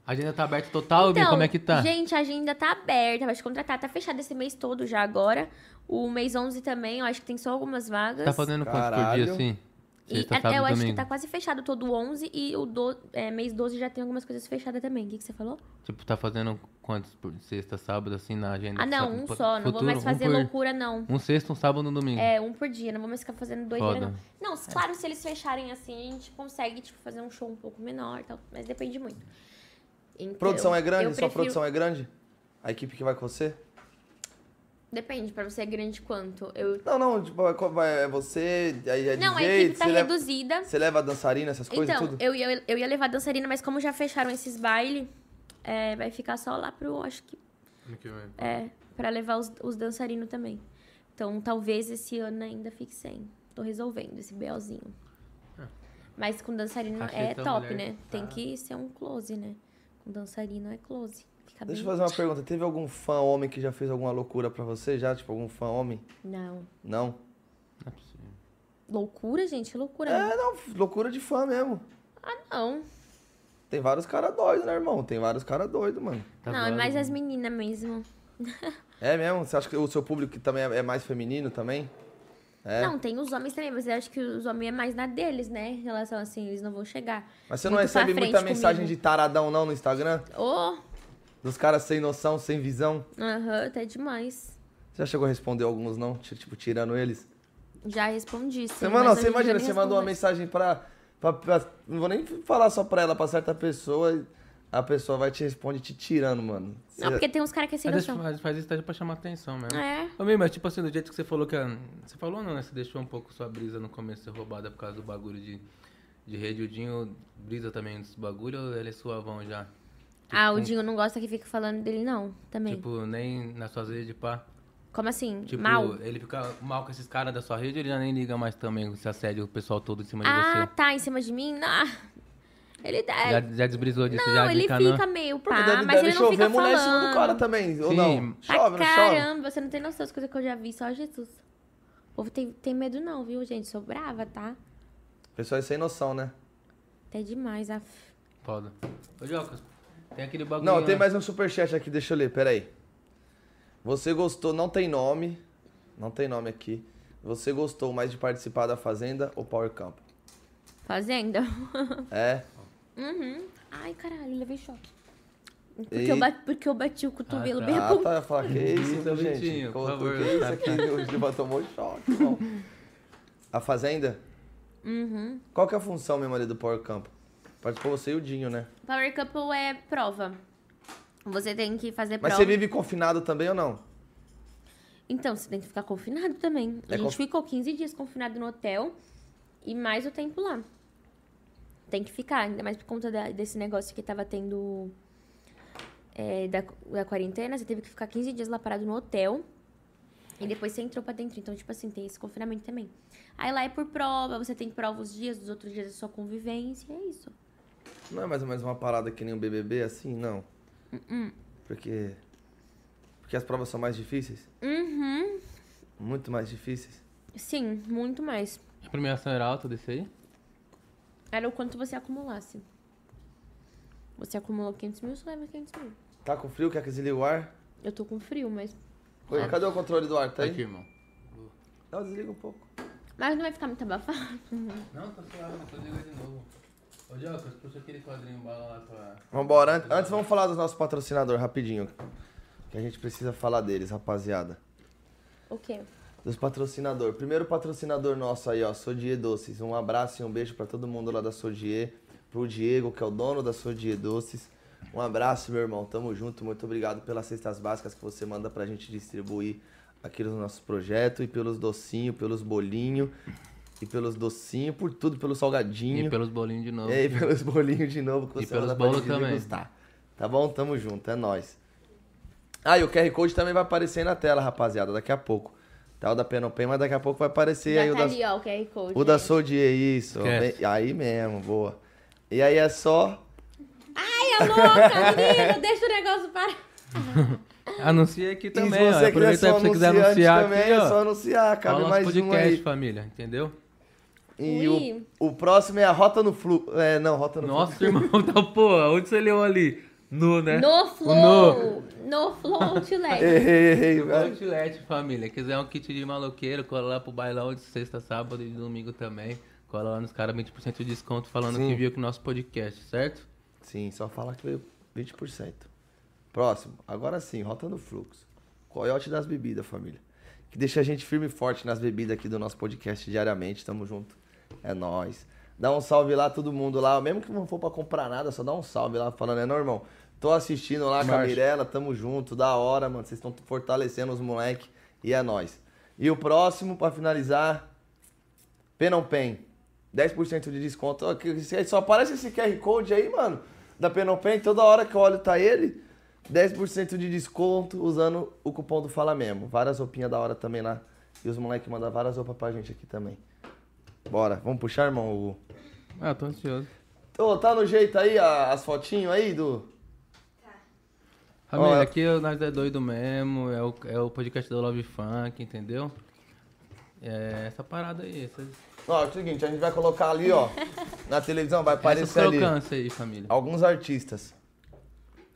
a agenda tá aberta total, Bi? Como é que tá? gente, a agenda tá aberta. Vai te contratar. Tá fechada esse mês todo já agora. O mês 11 também, eu acho que tem só algumas vagas. Tá fazendo quanto por Caralho. dia, assim? E Sexta, até sábado, eu acho domingo. que tá quase fechado todo o 11 e o do, é, mês 12 já tem algumas coisas fechadas também. O que, que você falou? Tipo, tá fazendo quantos por sexta, sábado, assim, na agenda? Ah, Sa- não, um fu- só. Não vou futuro? mais fazer um por- loucura, não. Um sexta, um sábado, um domingo. É, um por dia. Não vou mais ficar fazendo doideira, Foda. É. não. Não, se- claro, se eles fecharem assim, a gente consegue, tipo, fazer um show um pouco menor e tal. Mas depende muito. Então, Produção é grande? eu Sua prefiro- produção é grande? A equipe que vai com você? Depende, pra você é grande quanto. Eu... Não, não, tipo, é co- vai- é você, aí é Não, a DJ, equipe tá você, leva, reduzida. você leva dançarina, essas coisas, Então, tudo? eu ia, eu ia levar dançarina, mas como já fecharam esses bailes, é, vai ficar só lá pro, acho que É, pra levar os, os dançarinos também. Então, talvez esse ano ainda fique sem. Tô resolvendo esse BOzinho. Ah. Mas com dançarino é Cacheta, top, mulher. né? Tem Ah. que ser um close, né? Com dançarino é close. Fica Deixa eu bem... fazer uma pergunta. Teve algum fã homem que já fez alguma loucura pra você já? Tipo, algum fã homem? Não. Não? Não é possível. Loucura, gente? Loucura. É, não, loucura de fã mesmo. Não. Tem vários caras doidos, né, irmão? Tem vários caras doidos, mano. Tá não, é zoado, mais né? as meninas mesmo. É mesmo? Você acha que o seu público também é é mais feminino também? É. Não, tem os homens também, mas eu acho que os homens é mais na deles, né? Em relação assim, eles não vão chegar. Mas você não Muito pra recebe frente muita mensagem comigo. de taradão não no Instagram? Ô, Dos caras sem noção, sem visão? aham, tá demais. Você já chegou a responder alguns não? Ti- Tipo, tirando eles? Já respondi. Sim, Você, mas mano, hoje você em dia imagina, nem você mandou uma respondo mais. mensagem pra, pra, pra- Não vou nem falar só pra ela, pra certa pessoa. e A pessoa vai te responde te tirando, mano. Você- Não, porque tem uns caras que é sem Mas noção. faz, faz isso tá pra chamar atenção mesmo. É. Ô, Mi, mas tipo assim, do jeito que você falou que a... Você falou não, né? Você deixou um pouco sua brisa no começo ser roubada por causa do bagulho de, de rede. O Dinho brisa também dos bagulho ou ele é suavão já? Ah, o Dinho não gosta que fique falando dele, não, também. Tipo, nem nas suas redes, pá. Como assim? Tipo, Mal? ele fica mal com esses caras da sua rede, ele já nem liga mais também se assédio o pessoal todo em cima de Ah, você. tá, em cima de mim? Não. Ele dá. Já, já desbrisou disso, É. não, já né? ele dica, fica meio pá, Porque deve, tá, mas deve ele não chover fica mulher em cima falando. do cara também, ou Sim. não? Pra Chove, não chove? caramba, você não tem noção das coisas que eu já vi, só Jesus. O povo tem, tem medo não, viu, gente? Sou brava, tá? Pessoal, é sem noção, né? Até demais. Ah. Foda. Ô, Jocas, tem aquele bagulho... Não, tem né? mais um superchat aqui, deixa eu ler, peraí. Você gostou, não tem nome, não tem nome aqui. Você gostou mais de participar da Fazenda ou Power Camp? Fazenda. (laughs) É, uhum. Ai, caralho, levei choque. Porque, Ei. eu bati, porque eu bati o cotovelo tá. bem ah, tá, eu ia falar, que isso, Vitinho, gente? Vitinho, por Colocou, favor. Que isso aqui, (laughs) hoje levantou um monte de choque, irmão. A Fazenda? Uhum. Qual que é a função, meu marido, do Power Camp? Participou você e o Dinho, né? Power Couple é prova. Você tem que fazer Mas prova. você vive confinado também ou não? Então, você tem que ficar confinado também. É a gente conf- ficou 15 dias confinado no hotel e mais o tempo lá. Tem que ficar, ainda mais por conta da- desse negócio que tava tendo é, da, da quarentena. Você teve que ficar 15 dias lá parado no hotel. E depois você entrou pra dentro. Então, tipo assim, tem esse confinamento também. Aí lá é por prova, você tem prova os dias, os outros dias é só convivência, e é isso. Não é mais ou menos uma parada que nem o BBB, assim, não? Uh-uh. Porque... Porque as provas são mais difíceis? Uhum. Muito mais difíceis? Sim, muito mais. A premiação era alta desse aí? Era o quanto você acumulasse. Você acumulou 500 mil, você leva 500 mil. Tá com frio? Quer que desligue o ar? Eu tô com frio, mas. Oi, Cadê o controle do ar? Tá Aqui, aí? irmão. Não, desliga um pouco. Mas não vai ficar muito abafado. Não, tá suave, depois liga de novo. Ô, Jocas, puxa aquele quadrinho bala lá pra... Vambora. An- Antes vamos falar dos nossos patrocinadores, rapidinho. Que a gente precisa falar deles, rapaziada. O quê? Dos patrocinadores. Primeiro patrocinador nosso aí, ó, Sodier Doces. Um abraço e um beijo pra todo mundo lá da Sodier. Pro Diego, que é o dono da Sodier Doces. Um abraço, meu irmão. Tamo junto. Muito obrigado pelas cestas básicas que você manda pra gente distribuir aqui nos nossos projetos. E pelos docinhos, pelos bolinhos. e pelos docinhos, por tudo, pelo salgadinho. E pelos bolinhos de novo. E aí, pelos bolinhos de novo que E você pelos manda pra bolos gente também. degustar. Tá bom? Tamo junto, é nóis. Ah, e o QR Code também vai aparecer na tela, rapaziada, daqui a pouco. Tá o da Penopem, mas daqui a pouco vai aparecer aí Já o da, tá ali, ó, o QR Code. o da gente. Sodier, isso. Esquece. Bem- Aí mesmo, boa. E aí é só. Ai, a louca, menino, (laughs) deixa o negócio para. Anuncia aqui E se também, ó. Aproveita aí pra você quiser anunciante anunciar também, aqui, é só ó. anunciar, Olha o cabe nosso mais um podcast, aí. família, entendeu? E Ui. o, o próximo é a Rota no Flu. É, não, Rota no Flu. Nossa, irmão, tá, pô, onde você leu ali? No, É. né? No O No. Flow. No Flow Outlet. Errei, errei, No velho. Outlet, família. Quiser um kit de maloqueiro, cola lá pro bailão de sexta, sábado e domingo também. Cola lá nos caras, 20% de desconto falando Sim. que viu que o nosso podcast, certo? Sim, só fala que veio 20%. Próximo, agora sim, rota no fluxo. Coiote das bebidas, família. Que deixa a gente firme e forte nas bebidas aqui do nosso podcast diariamente. Tamo junto. É nóis. Dá um salve lá, todo mundo lá. Mesmo que não for pra comprar nada, só dá um salve lá falando, é normal. Tô assistindo lá com a Marcha. Mirella, tamo junto, da hora, mano. Vocês estão fortalecendo os moleque e é nóis. E o próximo, pra finalizar, Penompen. 10% de desconto. Ó, que- que- Só aparece esse QR Code aí, mano, da Penompen. Toda hora que eu olho tá ele. 10% de desconto usando o cupom do Fala Mesmo. Várias roupinhas da hora também lá. E os moleques mandam várias roupas pra gente aqui também. Bora, vamos puxar, irmão? Hugo? Ah, tô ansioso. Ô, tá no jeito aí a- as fotinhos aí do. Família, Ó, é- aqui é o nós é doido mesmo, é o, é o podcast do Love Funk, entendeu? É essa parada aí, essas, Ó, é o seguinte, a gente vai colocar ali, ó. na televisão, vai essas aparecer ali. crocância aí, família. Alguns artistas.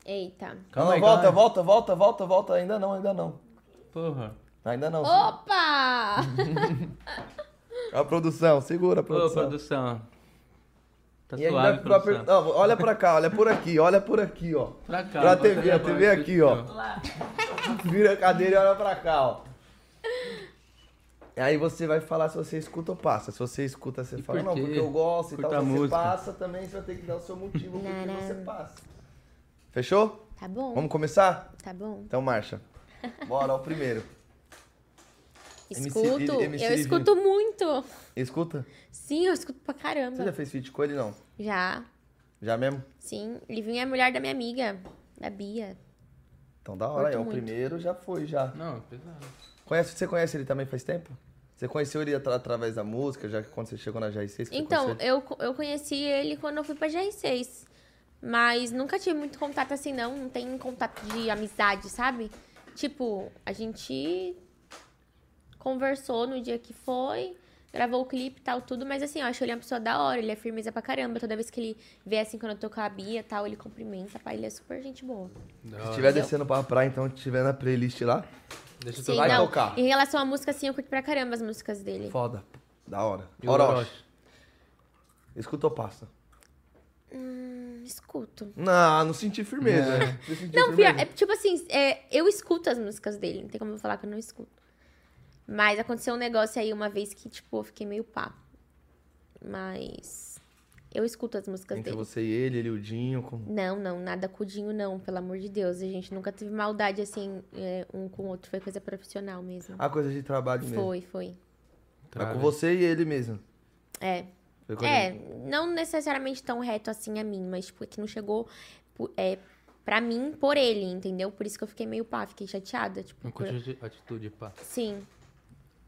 Eita. Não, aí, volta, calma aí. volta, volta, volta, volta. Ainda não, ainda não. Porra. Ainda não. Opa! A produção, segura a Ô, produção. produção. Tá E aí suave, vai pra- produção. Não, olha pra cá, olha por aqui, olha por aqui, ó. Pra cá. pra bota TV, aí a agora, TV aqui, ó. produção. Vira a cadeira e olha pra cá, ó. E aí você vai falar se você escuta ou passa. Se você escuta, você E fala, por não, quê? porque eu gosto e Curta tal. Se a você música. passa também, você vai ter que dar o seu motivo porque Naran. você passa. Fechou? Tá bom, Vamos começar? tá bom. Então marcha. Bora, ó, o primeiro. MC Escuto. MC eu Livinho. escuto muito. Escuta? Sim, eu escuto pra Você já caramba. fez feat com ele, não? Já. Já mesmo? Sim. Livinho é a mulher da minha amiga, da Bia. Então da hora, aí, Curto ó. O muito. primeiro já foi, já. Não, pesado. Conhece, você conhece ele também faz tempo? Você conheceu ele atra- através da música, já que quando você chegou na JR6? Então, eu, co- eu conheci ele quando eu fui pra GR6. Mas nunca tive muito contato assim, não. Não tem contato de amizade, sabe? Tipo, a gente conversou no dia que foi, gravou o clipe e tal, tudo. Mas assim, eu acho ele uma pessoa da hora. Ele é firmeza pra caramba. Toda vez que ele vê, assim, quando eu tô com a Bia e tal, ele cumprimenta. Pai, ele é super gente boa. Da Se hora. estiver descendo pra praia, então tiver na playlist lá, Deixa eu Sim, vai tocar. não. tocar. Em relação à música, assim, eu curto pra caramba as músicas dele. foda. Da hora. E o Orochi. Orochi? Escuta ou passa? Hum, Escuto. Não, não senti firmeza. É. Não senti Não, firmeza. pior, é, tipo assim, é, eu escuto as músicas dele, não tem como eu falar que eu não escuto. Mas aconteceu um negócio aí uma vez que, tipo, eu fiquei meio pá. Mas eu escuto as músicas Entre dele. você e ele, ele e o Dinho. como- Não, não, nada cudinho, não, pelo amor de Deus. A gente nunca teve maldade assim, é, um com o outro. Foi coisa profissional mesmo. Ah, coisa de trabalho mesmo. foi, foi. Mas Trave. com você e ele mesmo. É. Foi coisa É, de- não necessariamente tão reto assim a mim, mas tipo, que não chegou pu- é, pra mim por ele, entendeu? Por isso que eu fiquei meio pá, fiquei chateada. Tipo, Não por- curte atitude, pá. Sim.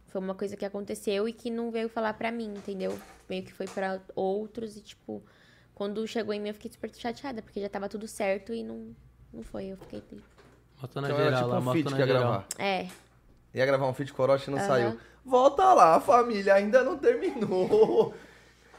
Foi uma coisa que aconteceu e que não veio falar pra mim, entendeu? Meio que foi pra outros e, tipo, quando chegou em mim eu fiquei super chateada, porque já tava tudo certo e não, não foi. Eu fiquei. Mostra na Então era geral tipo lá, um mostra feat na que ia geral. gravar. É. Ia gravar um feat com o Orochi e não Aham. saiu. Volta lá, família, ainda não terminou.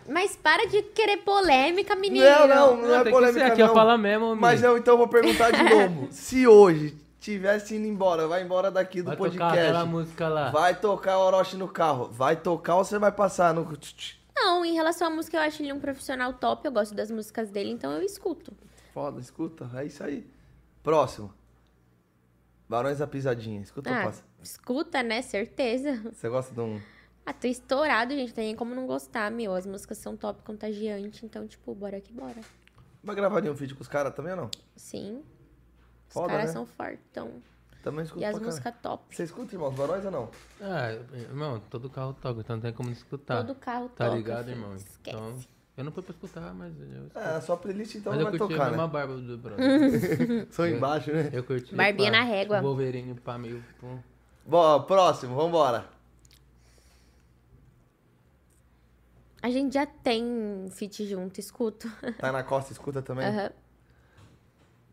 Mas para de querer polêmica, menino. Não, não, não, é Não, tem que ser polêmica aqui, eu não. falar mesmo, Mas menino. eu então vou perguntar de (laughs) novo. Se hoje tivesse indo embora, vai embora daqui do Vai tocar aquela podcast. música lá. Vai tocar Orochi no carro. Vai tocar ou você vai passar no. tch, tch? Não, em relação à música, eu acho ele um profissional top, eu gosto das músicas dele, então eu escuto. Foda, escuta. É isso aí. Próximo. Barões da Pisadinha. Escuta ou Ah, Então passa? escuta, né? Certeza. (laughs) Você gosta de um. Ah, tô estourado, gente. Tem nem como não gostar, meu. As músicas são top, contagiante, então, tipo, bora que bora. Vai gravar ali um vídeo com os caras também ou não? Sim. Os Foda, caras né? são fortão. Também escuto E as pra caralho. músicas top. Você escuta, irmãos Barões ou não? Ah, irmão, todo carro toca, então não tem como não escutar. Todo carro Tá toca, ligado, filho, irmão? Esquece. Então, eu não fui pra escutar, mas eu escuto. É, a sua playlist então mas não eu vai curti a tocar, mesma né? barba do (laughs) brother. Só embaixo, né? Eu curti. Barbinha pá, na régua. Wolverine, pá, meio... Pum. Bom, próximo, vambora. A gente já tem fit junto, escuto. (laughs) Tá na costa, escuta também? Aham.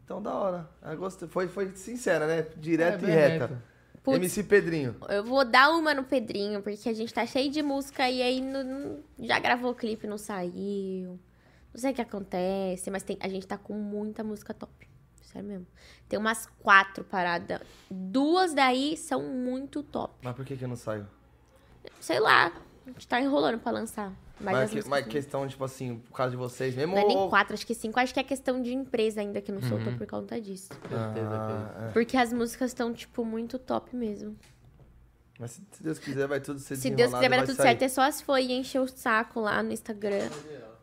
Então, da hora. Eu gostei. Foi, foi sincera, né? Direto É, e bem reta. reto. Putz. MC Pedrinho. Eu vou dar uma no Pedrinho, porque a gente tá cheio de música e aí não- não- já gravou o clipe, não saiu. Não sei o que acontece, mas tem- a gente tá com muita música top. Sério mesmo. Tem umas quatro paradas. Duas daí são muito top. Mas por que que eu não saio? Sei lá, a gente tá enrolando pra lançar. Mas, Mas, é as que- músicas mas são- questão, tipo assim, por causa de vocês mesmo? Não é nem ou- quatro, acho que cinco. Acho que é questão de empresa ainda que não soltou por conta disso. Certeza que- Ah, é. Porque as músicas estão, tipo, muito top mesmo. Mas se, se Deus quiser, vai tudo ser Se Deus quiser, vai dar desenrolado e tudo sair. certo. É só as foi encher o saco lá no Instagram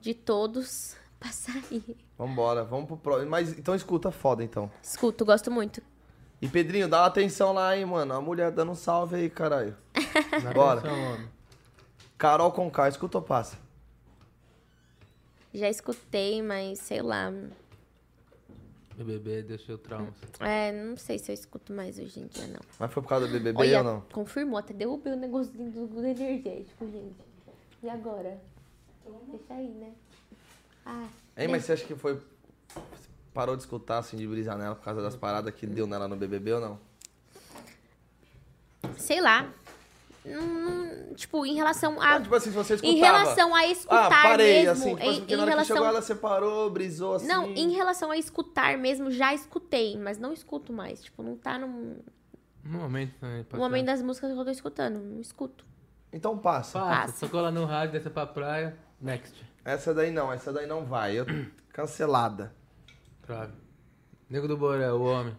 de todos (laughs) pra sair. Vambora, vamos pro próximo. Mas então escuta, foda então. Escuto, gosto muito. E Pedrinho, dá uma atenção lá, hein, mano. A mulher dando um salve aí, caralho. Dá Bora. atenção, homem. Carol Conká, escuta ou passa? Já escutei, mas sei lá. BBB deixou traumas. É, não sei se eu escuto mais hoje em dia, não. Mas foi por causa do BBB Olha, ou não? confirmou, até derrubei o negocinho do, do energético, gente. E agora? Deixa aí, né? Ah, Hein, mas você acha que foi. Parou de escutar, assim, de brisar nela por causa das paradas que deu nela no BBB ou não? sei lá. Não- não- tipo, em relação a. Ah, tipo assim, se você escutava. Em relação a escutar Ah, parei, mesmo. assim. Tipo, assim, em, porque em na hora que relação chegou, ela separou, brisou, assim. Não, em relação a escutar mesmo, já escutei, mas não escuto mais. Tipo, não tá no, no No momento também. pra momento cá. das músicas que eu tô escutando. Não escuto. Então passa. Passa, Passa. tocou lá no rádio, desceu pra praia. Next. Essa daí não, essa daí não vai. Eu... (clears throat) Cancelada. Trave. Nego do Borel, o homem.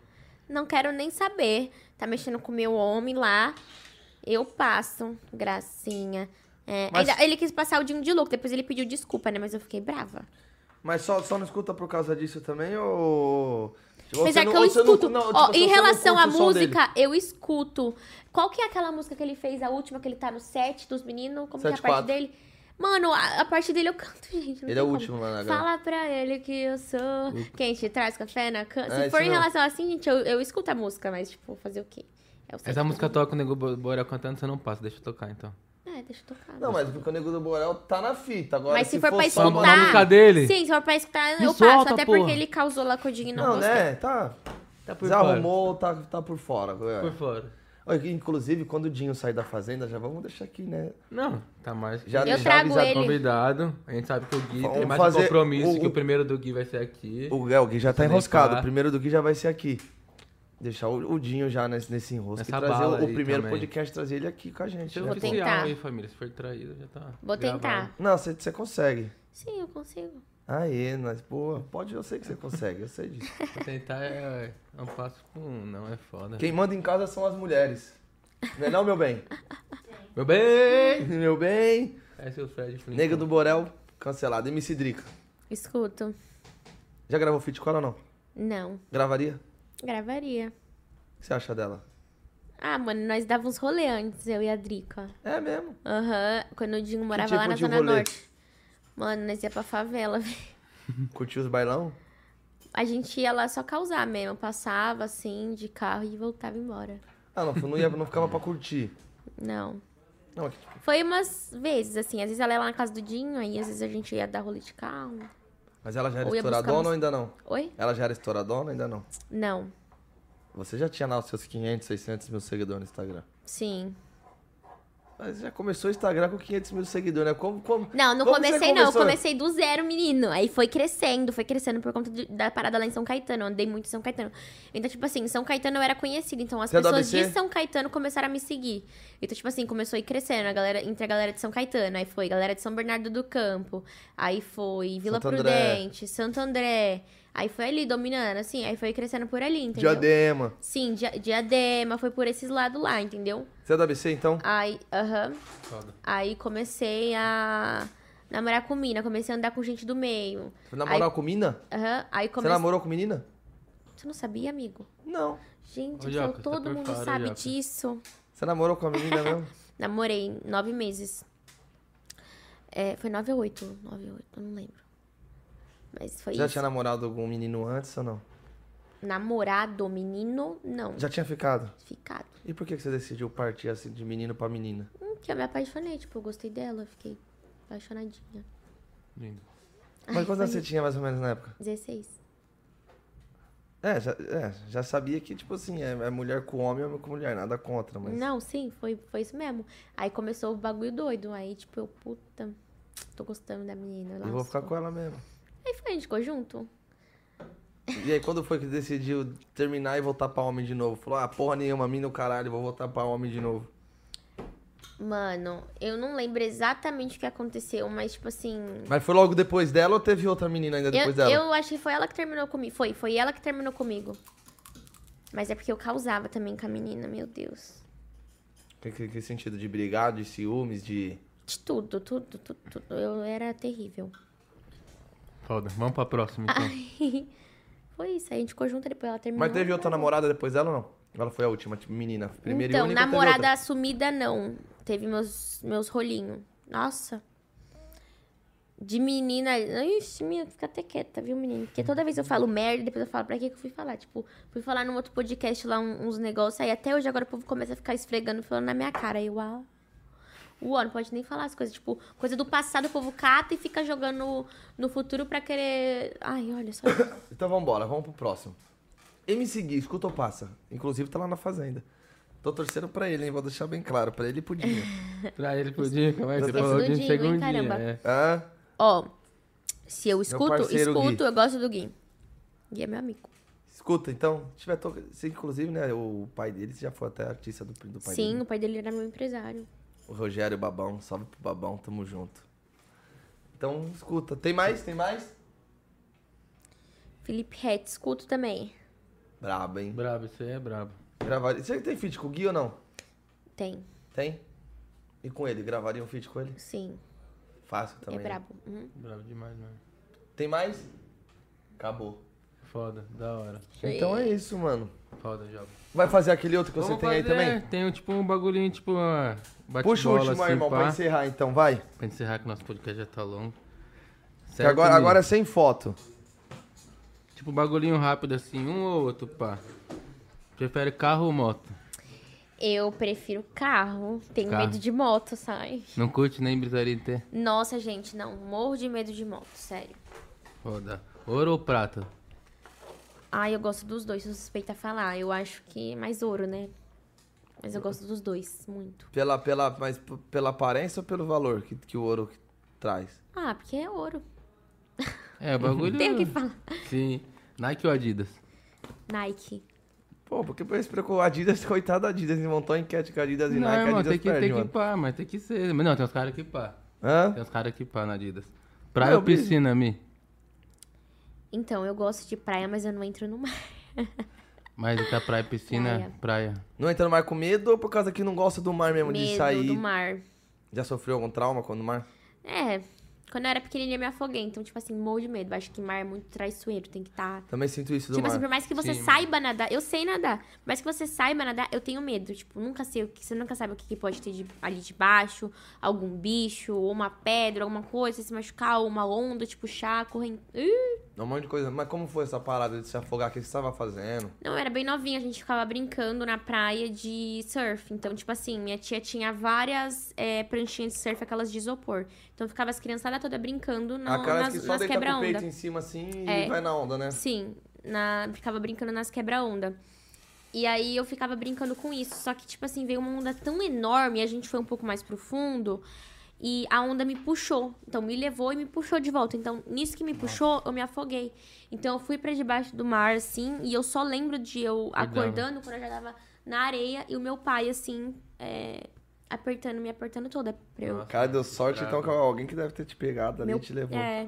Não quero nem saber. Tá mexendo com o meu homem lá. Eu passo, gracinha. É, Mas- ainda- ele quis passar o Dinho de louco, depois ele pediu desculpa, né? Mas eu fiquei brava. Mas só, só não escuta por causa disso também, ou... ou Tipo, Apesar você não- é que eu ou você não- escuto. não, tipo, Ó, se você em não relação à curte o som dele. música, eu escuto. Qual que é aquela música que ele fez, a última, que ele tá no set dos meninos? Como que é a 7-4. parte dele? Mano, a, a parte dele eu canto, (laughs) gente. não Ele tem é o como. último lá na galera. Fala pra ele que eu sou quem te traz café na cama. É, Se isso for em mesmo. relação assim, gente, eu, eu escuto a música, mas, tipo, fazer o quê? É o set Essa dos música toca o Nego Bo- Borel cantando, você não passa, deixa eu tocar então. É, deixa eu tocar. Não, mas porque o Nego do Borel tá na fita. Agora, Mas se, for pra só escutar. uma Vamos na música dele. Sim, se for pra escutar, Me eu solta, passo. Até porra. porque ele causou lá codinho e não, Não, gostei. né? Tá... Tá por Já fora. arrumou, tá, tá por fora. é. Por fora. Olha, Inclusive, quando o Dinho sair da fazenda, já vamos deixar aqui, né? Não, tá mais. Já Eu deixar trago avisado. ele. Convidado. A gente sabe que o Gui Vamos tem mais um fazer compromisso, o- que o primeiro do Gui vai ser aqui. O Gui, o Gui já tá Sem enroscado. falar. O primeiro do Gui já vai ser aqui. Deixar o, o Dinho já nesse, nesse enrosco Nessa e trazer bala o, o aí primeiro também. podcast, trazer ele aqui com a gente. Chega né? Vou oficial tentar. aí, família. Se for traído, já tá. Vou tentar. gravado. Não, você consegue. Sim, eu consigo. Aê, nós, boa. Pode, eu sei que você consegue, eu sei disso. Vou tentar é, é um passo com um, não é foda. Quem manda em casa são as mulheres. Não é não, meu bem? Meu bem! (laughs) meu bem. Esse é o Fred Flint. Nega do Borel, cancelado. MC Drica. Escuto. Já gravou feat com ela ou não? Não. Gravaria? Gravaria. O que você acha dela? Ah, mano, nós dava uns rolê antes, eu e a Drica. É mesmo. Aham. Quando o Dinho morava lá tipo na de Zona rolê? Norte. Mano, nós ia pra favela, (laughs) velho. Curtiu os bailão? A gente ia lá só causar mesmo. Passava, assim, de carro e voltava embora. Ah, não, não, ia, não ficava pra curtir. Não. Não, é que, tipo, Foi umas vezes, assim. Às vezes ela ia lá na casa do Dinho, aí às vezes a gente ia dar rolê de carro. mas ela já era Ou ia buscar estouradona música. ou ainda não? Oi? Ela já era estouradona ou ainda não? Não. Você já tinha lá os seus 500, 600 mil seguidores no Instagram. Sim. Mas já começou o Instagram com 500 mil seguidores, né? Como, como, Não, não como você comecei não. Eu começou? comecei do zero, menino. Aí foi crescendo, foi crescendo por conta de- da parada lá em São Caetano. Eu andei muito em São Caetano. Então, tipo assim, em São Caetano eu era conhecida. Então, as Você é do pessoas ABC? de São Caetano começaram a me seguir. Então, tipo assim, começou a ir crescendo a galera, entre a galera de São Caetano. Aí foi galera de São Bernardo do Campo. Aí foi Vila Santo André. Prudente, Santo André. Aí foi ali, dominando, assim. Aí foi crescendo por ali, entendeu? Diadema. Sim, dia, diadema. Foi por esses lados lá, entendeu? Você é da ABC, então? Aí, aham. Foda. Aí comecei a namorar com mina, comecei a andar com gente do meio. Você namorou Ah, Aí- com mina? Aham, Aí Você comecei. namorou com menina? Você não sabia, amigo? Não. Gente, Ô, do Joca, céu, você tá todo por mundo fora, sabe Joca. disso. Você namorou com a menina mesmo? Namorei nove meses. É, foi nove ou oito? Nove ou oito, eu não lembro. Mas (laughs) foi Já isso. tinha namorado algum menino antes ou não? Namorado, menino, não. Já tinha ficado? Ficado. E por que que você decidiu partir assim de menino pra menina? Hum, que eu me apaixonei, tipo, eu gostei dela, eu fiquei apaixonadinha. Lindo. Mas quantos anos você tinha mais ou menos na época? 16. É, já, é, já sabia que, tipo assim, é, é mulher com homem, homem com mulher, nada contra, mas. Não, sim, foi, foi isso mesmo. Aí começou o bagulho doido. Aí, tipo, eu, puta, tô gostando da menina. Eu vou ficar com ela mesmo. Aí foi, a gente ficou junto. E aí, quando foi que decidiu terminar e voltar pra homem de novo? Falou, ah, porra nenhuma, mina o caralho, vou voltar pra homem de novo. Mano, eu não lembro exatamente o que aconteceu, mas, tipo assim. Mas foi logo depois dela ou teve outra menina ainda Eu, depois dela? eu acho que foi ela que terminou comigo. Foi, foi ela que terminou comigo. Mas é porque eu causava também com a menina, meu Deus. Que, que- que sentido? De brigar, de ciúmes, de. De tudo, tudo, tudo, tudo. Eu era terrível. (laughs) Foda. Vamos pra próxima, então. Foi isso, aí a gente ficou junto, depois ela terminou. Mas teve outra namorada depois dela ou não? Ela foi a última, tipo, menina. Primeira então, e única. teve namorada outra? assumida não. Teve meus, meus rolinhos. Nossa. De menina. Ixi, menina, fica até quieta, viu, menino? Porque toda vez eu falo merda, depois eu falo, pra que que eu fui falar? Tipo, fui falar num outro podcast lá um- uns negócios, aí até hoje agora o povo começa a ficar esfregando, falando na minha cara. Aí eu, ah. Uau, não pode nem falar as coisas. Tipo, coisa do passado, o povo cata e fica jogando no futuro pra querer. Ai, olha só. (coughs) isso. Então vambora, vamos pro próximo. MC Gui, escuta ou passa? Inclusive tá lá na fazenda. Tô torcendo pra ele, hein? Vou deixar bem claro, pra ele e pro (laughs) Dinho. Pra ele pro dia, como é que Esse você falou do de Dinho, hein, segundinha, caramba. né? Hã? Ó, se eu escuto, parceiro Gui. escuto, eu gosto do Gui. Gui é meu amigo. Escuta, então, se tiver to... se, inclusive, né, o pai dele já foi até artista do, do pai Sim, dele. o pai dele era meu empresário. O Rogério Babão, salve pro Babão, tamo junto. Então, escuta. Tem mais? Tem mais? Felipe Hetz, escuto também. Brabo, hein? Brabo, você é brabo. Gravar... Você tem feat com o Gui ou não? Tem, Tem? E com ele? Gravaria um feat com ele? sim. Fácil também. é né? brabo. Uhum. Brabo demais, mano. Tem mais? Acabou. Foda, da hora. Então é isso, mano. Foda, Joga. Vai fazer aquele outro que Vamos você tem aí fazer- também? Tem um, tipo um bagulhinho, tipo uma assim, bate Puxa o último aí, irmão, pra encerrar então, vai. Pra encerrar que o nosso podcast já tá longo. Que Certo, agora, Mi? agora é sem foto. Tipo um bagulhinho rápido assim, um ou outro, pá. Prefere carro ou moto? Eu prefiro carro. Tenho Carro. medo de moto, sai. Não curte nem brisaria ter? Nossa, gente, não. Morro de medo de moto, sério. Foda. Ouro ou prata? Ai, eu gosto dos dois, sou suspeita a falar. Eu acho que é mais ouro, né? Mas eu gosto dos dois, muito. Pela, pela, mas p- pela aparência ou pelo valor que, que o ouro que- traz? Ah, porque é ouro. É, o bagulho. Tem o Hum. que falar. Sim. Nike ou Adidas? Nike. Pô, porque por isso que o Adidas, (laughs) coitado da Adidas, ele montou a enquete com a Adidas e Nike, a irmão, Adidas tem que, perde, tem que mano. pá, mas tem que ser. Mas não, tem uns caras que pá. Hã? Tem uns caras que pá na Adidas. Praia Não, ou piscina, Mi? Então, eu gosto de praia, mas eu não entro no mar. Mas tá praia, piscina, praia. Não entra no mar com medo ou por causa que não gosta do mar mesmo, de medo sair? do mar. Já sofreu algum trauma quando no mar? É, quando eu era pequenininha eu me afoguei, então, tipo assim, morro de medo. Acho que mar é muito traiçoeiro, tem que estar. Também sinto isso do Tipo mar. assim, por mais que você Sim, saiba nadar, eu sei nadar, por mais que você saiba nadar, eu tenho medo. Tipo, nunca sei o que, você nunca sabe o que, que pode ter de- ali debaixo, algum bicho, ou uma pedra, alguma coisa, você se machucar, ou uma onda, tipo, puxar, corrente. Ih! Um monte de coisa. Mas como foi essa parada de se afogar? O que você tava fazendo? Não, eu era bem novinha, a gente ficava brincando na praia de surf. Então, tipo assim, minha tia tinha várias é, pranchinhas de surf, aquelas de isopor. Então, ficava as criançadas toda brincando no, a cara nas, que só nas deita com o quebra-onda. peito em cima assim e É. vai na onda, né? Sim, na, ficava brincando nas quebra-onda. E aí eu ficava brincando com isso. Só que, tipo assim, veio uma onda tão enorme e a gente foi um pouco mais profundo. E a onda me puxou. Então me levou e me puxou de volta. Então, nisso que me puxou, eu me afoguei. Então eu fui pra debaixo do mar, assim, e eu só lembro de eu acordando quando eu já tava na areia e o meu pai, assim, é, apertando, me apertando toda pra eu Cara, deu sorte Bravo. então que alguém que deve ter te pegado ali meu- te levou. É.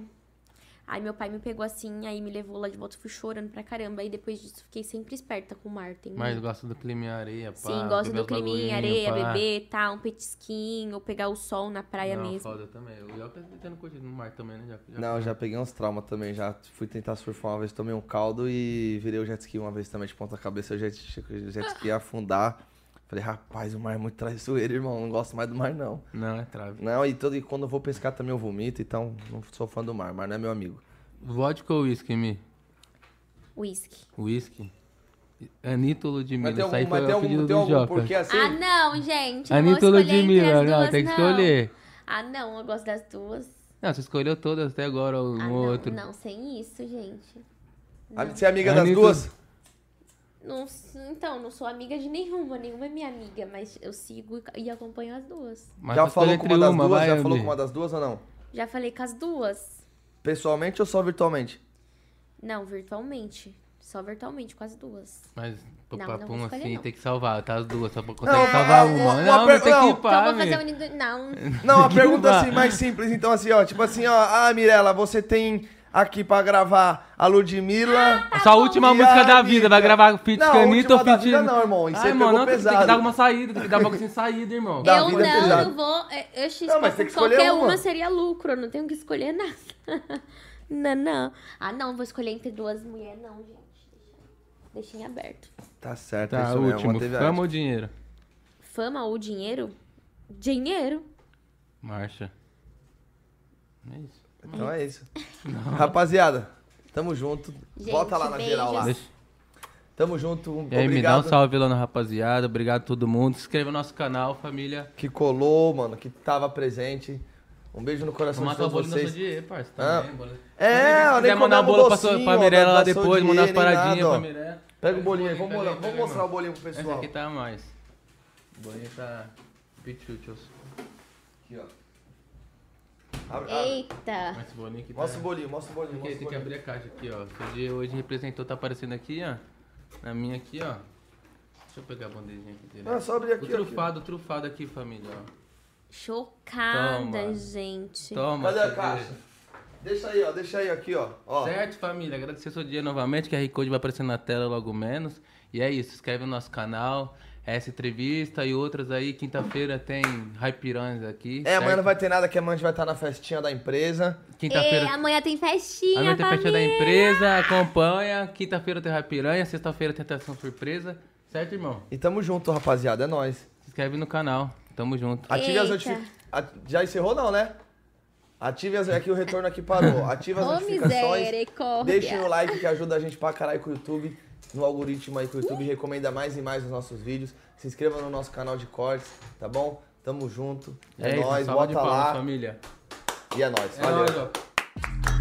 Aí meu pai me pegou assim, aí me levou lá de volta, fui chorando pra caramba. Aí depois disso fiquei sempre esperta com o Martin. né? Mas gosta do clima em areia, pá. Hum. Sim, gosto beber do os climinha, bagulhinho, areia, pá. beber, tá, um petisquinho, pegar o sol na praia não, mesmo. foda também. O Yoka tá tendo curtido no mar também, né? Já, já- Não, eu já peguei uns traumas também, já fui tentar surfar uma vez, tomei um caldo e virei o jet ski uma vez também de ponta cabeça, o jet, o jet ski ia afundar. Falei, rapaz, o mar é muito traiçoeiro, irmão, não gosto mais do mar não. Não, é trave. Não, e, todo, e quando eu vou pescar também eu vomito, então não sou fã do mar, mar não é meu amigo. Vodka ou whisky, Mi? Whisky. Whisky. Anito ou Ludmilla? Mas tem Isso algum, aí mas foi tem o algum, pedido tem do algum Joca. porquê assim? Ah, não, gente. Não Anitta vou ou escolher entre Ludmilla? as Não, duas, tem que escolher. Ah, não, eu gosto das duas. Não, você escolheu todas até agora, um Ah, não, outro. não, sem isso, gente. Ah, Você é amiga das Anitta- duas? Não, s- então, não sou amiga de nenhuma, nenhuma é minha amiga, mas eu sigo e- e acompanho as duas. Mas já você falou escolheu com uma das duas? vai, já falou Mi. com uma das duas ou não? Já falei com as duas. Pessoalmente ou só virtualmente? Não, virtualmente. Só virtualmente, com as duas. Mas pô, Não, não papum vou escolher, assim, não. tem que salvar, tá? As duas, só pra conseguir uma- salvar uma. uma- Não, uma não tem per- que ir pá, então vou fazer Mi. um... (laughs) nido- Não, Não, a Que pergunta vá. assim, mais simples, então assim, ó, tipo assim, ó, ah, Mirella, você tem aqui pra gravar a Ludmilla. Só a última E música a da Anitta? vida, vai gravar feat Tá Não, com a a última Anitta ou da feat... vida não, irmão, isso é aí Ai, irmão, pegou não, tem que- tem que pesado. dar uma saída, tem que dar uma sem saída, irmão. Da eu vida é não, pesado. não vou. é, Eu acho que Não, mas tem que escolher qualquer uma. uma. seria lucro, eu não tenho que escolher (laughs) nada. não, não. Ah, não, vou escolher entre duas mulheres, não, gente. Deixa em aberto. Tá certo, é Tá, isso mesmo, último, manteve a fama ou dinheiro? Fama ou dinheiro? Dinheiro. Marcha. É isso. Então é isso. Rapaziada, tamo junto. Gente, Volta lá na geral lá. beijos. Deixa... Tamo junto, um, E aí, me dá um Ah, obrigado. salve lá na rapaziada. Obrigado a todo mundo. Se inscreva no nosso canal, família. que colou, mano, que tava presente. Um beijo no coração Vamos de matar o todos bolo da vocês. Sodier, parça. Ah. Também, bolo. É, Se olha quiser mandar o bolo pra, sua, pra Mirella lá depois, mandar as paradinhas pra pra Mirella. Pega o bolinho aí, vamos, Pega olhar, aí, vamos pega aí, mostrar o é irmão. bolinho pro Esse pessoal. aqui tá mais. O bolinho tá pichuchos. Aqui, ó. Abre, abre. Eita. Mas esse bolinho aqui tá... Mostra o bolinho, mostra o bolinho. Aqui, Mostra tem o que bolinho. abrir a caixa aqui, ó. O dia hoje representou, tá aparecendo aqui, ó. Na minha aqui, ó. Deixa eu pegar a bandejinha aqui dele. Não, só abrir O Ah, aqui. ó, aqui. trufado, o trufado aqui, família, ó. Chocada, Toma. gente. Toma, Cadê a CD. caixa? Deixa aí, ó, deixa aí aqui, ó. ó. Certo, família? Agradecer o seu dia novamente. QR Code vai aparecer na tela logo menos. E é isso. Se inscreve no nosso canal. Essa entrevista e outras aí. Quinta-feira tem Hyperões aqui. É, amanhã certo? não vai ter nada, que amanhã a gente vai estar na festinha da empresa. Ei, Quinta-feira. É, amanhã tá tem festinha, Amanhã tem festa da família. empresa, acompanha. Quinta-feira tem Rapiranha, sexta-feira tem atração surpresa. Certo, irmão? E tamo junto, rapaziada, é nóis. Se inscreve no canal. Tamo junto. Ative as Eita. notificações. Já encerrou não, né? Ative as... Aqui o retorno aqui (laughs) parou. Ative as Ô, notificações. misericórdia. Deixem o like que ajuda a gente pra caralho com o YouTube. No algoritmo aí que o YouTube recomenda mais e mais os nossos vídeos. Se inscreva no nosso canal de cortes, tá bom? Tamo junto. É, isso, nóis, salva de bota palmas, lá. família. E é nóis. É Valeu. nóis, ó.